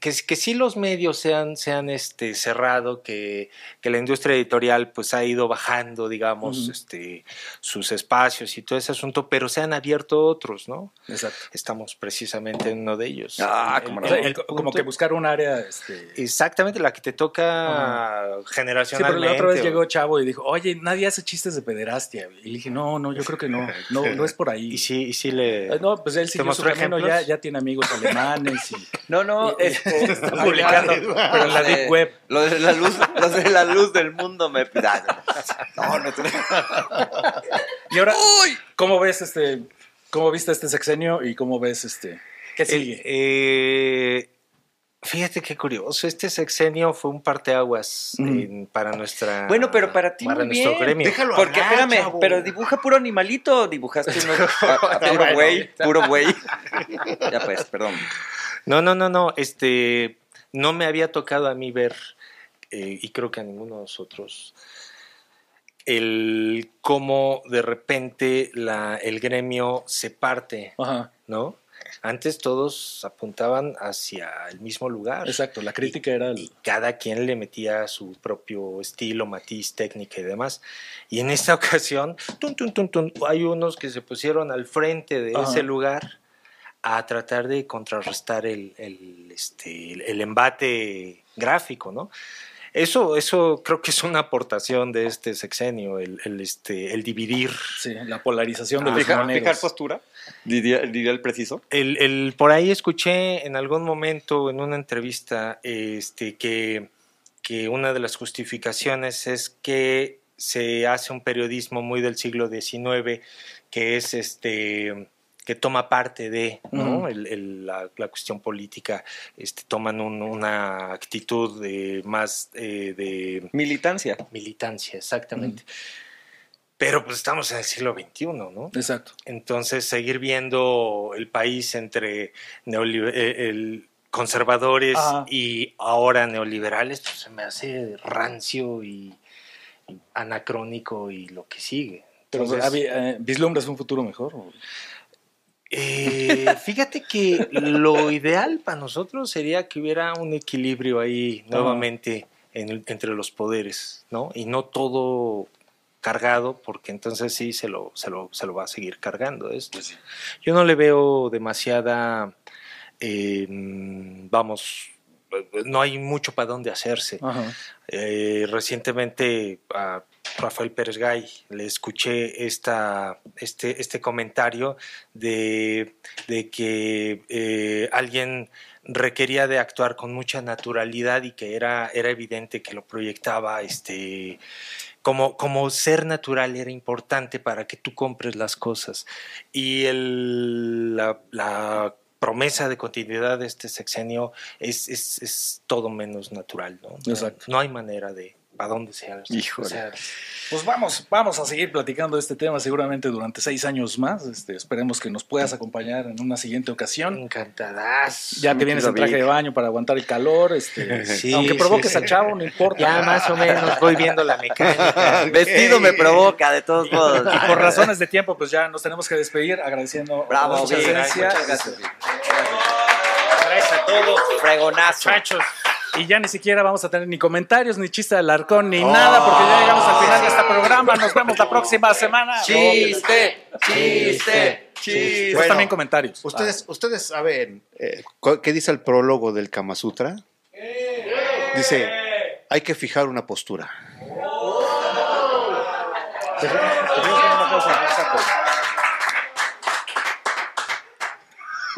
[SPEAKER 5] que, que sí los medios se han, se han, este, cerrado, que, que la industria editorial pues ha ido bajando, digamos,
[SPEAKER 2] Ujú.
[SPEAKER 5] este, sus espacios y todo ese asunto, pero se han abierto otros, ¿no?
[SPEAKER 2] exacto.
[SPEAKER 5] Estamos precisamente en uno de ellos.
[SPEAKER 3] Ah,
[SPEAKER 5] El-
[SPEAKER 3] cómo
[SPEAKER 5] el-
[SPEAKER 3] no.
[SPEAKER 5] el
[SPEAKER 2] como
[SPEAKER 5] punto-
[SPEAKER 2] que buscar un área. Este,
[SPEAKER 5] Exactamente, la que te toca
[SPEAKER 2] Ah. Sí, pero la
[SPEAKER 5] generacionalmente.
[SPEAKER 2] otra vez
[SPEAKER 5] o-
[SPEAKER 2] llegó Chavo y dijo, oye, nadie hace chistes de pederastia. Y le dije, no, no, yo creo que no, no, no es por ahí.
[SPEAKER 5] Y sí, y sí le...
[SPEAKER 2] Eh, No, pues él siguió su
[SPEAKER 5] mostró
[SPEAKER 2] camino, ya,
[SPEAKER 5] ejemplos?
[SPEAKER 2] ya tiene amigos alemanes y
[SPEAKER 3] No, no,
[SPEAKER 2] Y-
[SPEAKER 3] este,
[SPEAKER 2] publicando, pero en la
[SPEAKER 3] de-
[SPEAKER 2] deep web.
[SPEAKER 3] Los de la luz, los de la luz del mundo me Ah, No, no te-
[SPEAKER 2] Y ahora, ¿cómo ves este, cómo viste este sexenio y cómo ves este, qué sigue?
[SPEAKER 5] Eh, fíjate qué curioso, este sexenio fue un parteaguas
[SPEAKER 2] Ujú.
[SPEAKER 5] en- para nuestra...
[SPEAKER 3] Bueno, pero para ti
[SPEAKER 5] Para
[SPEAKER 3] muy
[SPEAKER 5] nuestro
[SPEAKER 3] bien.
[SPEAKER 5] gremio.
[SPEAKER 4] Déjalo
[SPEAKER 3] Porque,
[SPEAKER 4] hablar,
[SPEAKER 3] espérame,
[SPEAKER 4] chavo.
[SPEAKER 3] pero dibuja puro animalito, dibujaste uno, a- a puro
[SPEAKER 5] Bueno.
[SPEAKER 3] güey, puro güey. Ya pues, perdón.
[SPEAKER 5] No, no, no, no, este... No me había tocado a mí ver eh, y creo que a ninguno de nosotros, el cómo de repente la, el gremio se parte,
[SPEAKER 2] Ajá,
[SPEAKER 5] ¿no? Antes todos apuntaban hacia el mismo lugar.
[SPEAKER 2] exacto. La crítica era el-
[SPEAKER 5] Y cada quien le metía su propio estilo, matiz, técnica y demás. Y en esta ocasión, tun, tun, tun, tun, hay unos que se pusieron al frente de
[SPEAKER 2] Ajá.
[SPEAKER 5] ese lugar a tratar de contrarrestar el, el, este, el- el embate gráfico, ¿no? Eso, eso creo que es una aportación de este sexenio, el, el, este, el dividir,
[SPEAKER 2] sí, la polarización de
[SPEAKER 5] Ah,
[SPEAKER 2] los
[SPEAKER 6] Fijar,
[SPEAKER 2] moneros.
[SPEAKER 6] fijar postura, diría, diría el preciso.
[SPEAKER 5] El, el- por ahí escuché en algún momento en una entrevista este, que, que una de las justificaciones es que se hace un periodismo muy del siglo XIX que es este que toma parte de ¿no?
[SPEAKER 2] Ujú.
[SPEAKER 5] El- el- la, la cuestión política, este, toman un- una actitud de, más eh, de
[SPEAKER 6] Militancia.
[SPEAKER 5] militancia, exactamente. Pero pues estamos en el siglo XXI, ¿no?
[SPEAKER 2] Exacto.
[SPEAKER 5] Entonces, seguir viendo el país entre neoliber- eh, el- conservadores
[SPEAKER 2] Ajá.
[SPEAKER 5] y ahora neoliberales, pues se me hace rancio y, y anacrónico y lo que sigue.
[SPEAKER 2] Pero
[SPEAKER 5] Entonces,
[SPEAKER 2] había, eh, ¿vislumbras un futuro mejor? o?
[SPEAKER 5] eh, fíjate que lo ideal para nosotros sería que hubiera un equilibrio ahí nuevamente en el- entre los poderes, ¿no? Y no todo cargado, porque entonces sí se lo, se lo, se lo va a seguir cargando esto. Yo no le veo demasiada, eh, vamos, no hay mucho para dónde hacerse.
[SPEAKER 2] Ajá.
[SPEAKER 5] Eh, recientemente ah, a Rafael Pérez Gay le escuché esta, este, este comentario de, de que eh, alguien requería de actuar con mucha naturalidad y que era, era evidente que lo proyectaba este, como, como ser natural era importante para que tú compres las cosas. Y el, la, la promesa de continuidad de este sexenio es, es, es todo menos natural, ¿no? No-
[SPEAKER 2] Exacto.
[SPEAKER 5] No hay manera de a dónde sea.
[SPEAKER 6] Híjole.
[SPEAKER 5] O sea,
[SPEAKER 2] Pues vamos, vamos a seguir platicando de este tema seguramente durante seis años más. Este, esperemos que nos puedas acompañar en una siguiente
[SPEAKER 5] Mm,
[SPEAKER 2] ocasión.
[SPEAKER 5] encantadas.
[SPEAKER 2] Ya te vienes en
[SPEAKER 6] David.
[SPEAKER 2] traje de baño para aguantar el calor. Este,
[SPEAKER 5] Sí,
[SPEAKER 2] aunque
[SPEAKER 5] sí,
[SPEAKER 2] provoques
[SPEAKER 5] sí.
[SPEAKER 2] a Chavo, no importa.
[SPEAKER 5] Ya más o
[SPEAKER 1] pues
[SPEAKER 5] menos voy viendo la mecánica.
[SPEAKER 3] Vestido me provoca, de todos modos.
[SPEAKER 2] Y por razones de tiempo, pues ya nos tenemos que despedir agradeciendo
[SPEAKER 3] Bravo,
[SPEAKER 2] su
[SPEAKER 3] Vic,
[SPEAKER 2] presencia.
[SPEAKER 3] muchas gracias, Vic.
[SPEAKER 5] Gracias a todos.
[SPEAKER 3] Fregonazo.
[SPEAKER 2] Muchachos, y ya ni siquiera vamos a tener ni comentarios, ni chiste de Alarcón, ni nada, porque ya llegamos al final de este programa. Nos vemos la próxima semana.
[SPEAKER 3] Chiste, chiste,
[SPEAKER 2] Pues
[SPEAKER 3] chiste.
[SPEAKER 4] Bueno,
[SPEAKER 2] también comentarios.
[SPEAKER 4] ¿Ustedes, ustedes saben eh, cu- qué dice el prólogo del Kama Sutra? Dice, hay que fijar una postura.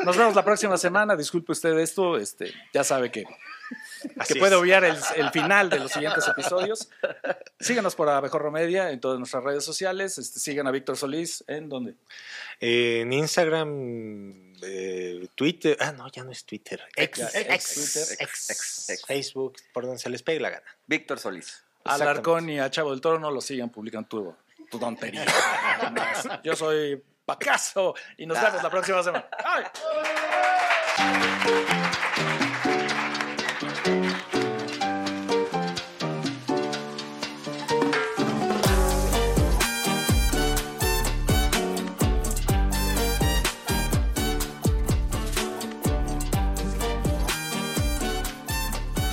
[SPEAKER 2] Nos vemos la próxima semana. Disculpe usted esto, este, ya sabe que, que puede obviar el, el final de los siguientes episodios. Síganos por Abejorro Media en todas nuestras redes sociales. Este, sigan a Víctor Solís en donde.
[SPEAKER 5] Eh, en Instagram, eh, Twitter. Ah, no, ya no es Twitter. Ex,
[SPEAKER 2] Ya,
[SPEAKER 5] ex,
[SPEAKER 2] ex,
[SPEAKER 5] ex,
[SPEAKER 2] Twitter,
[SPEAKER 3] ex, ex.
[SPEAKER 5] Facebook, por donde se les pegue la gana.
[SPEAKER 3] Víctor Solís.
[SPEAKER 2] A
[SPEAKER 5] Exactamente.
[SPEAKER 2] Larcón y a Chavo del Toro no lo sigan, publican tu, tu tontería. Yo soy Pacaso y nos vemos la próxima semana. ¡Ay!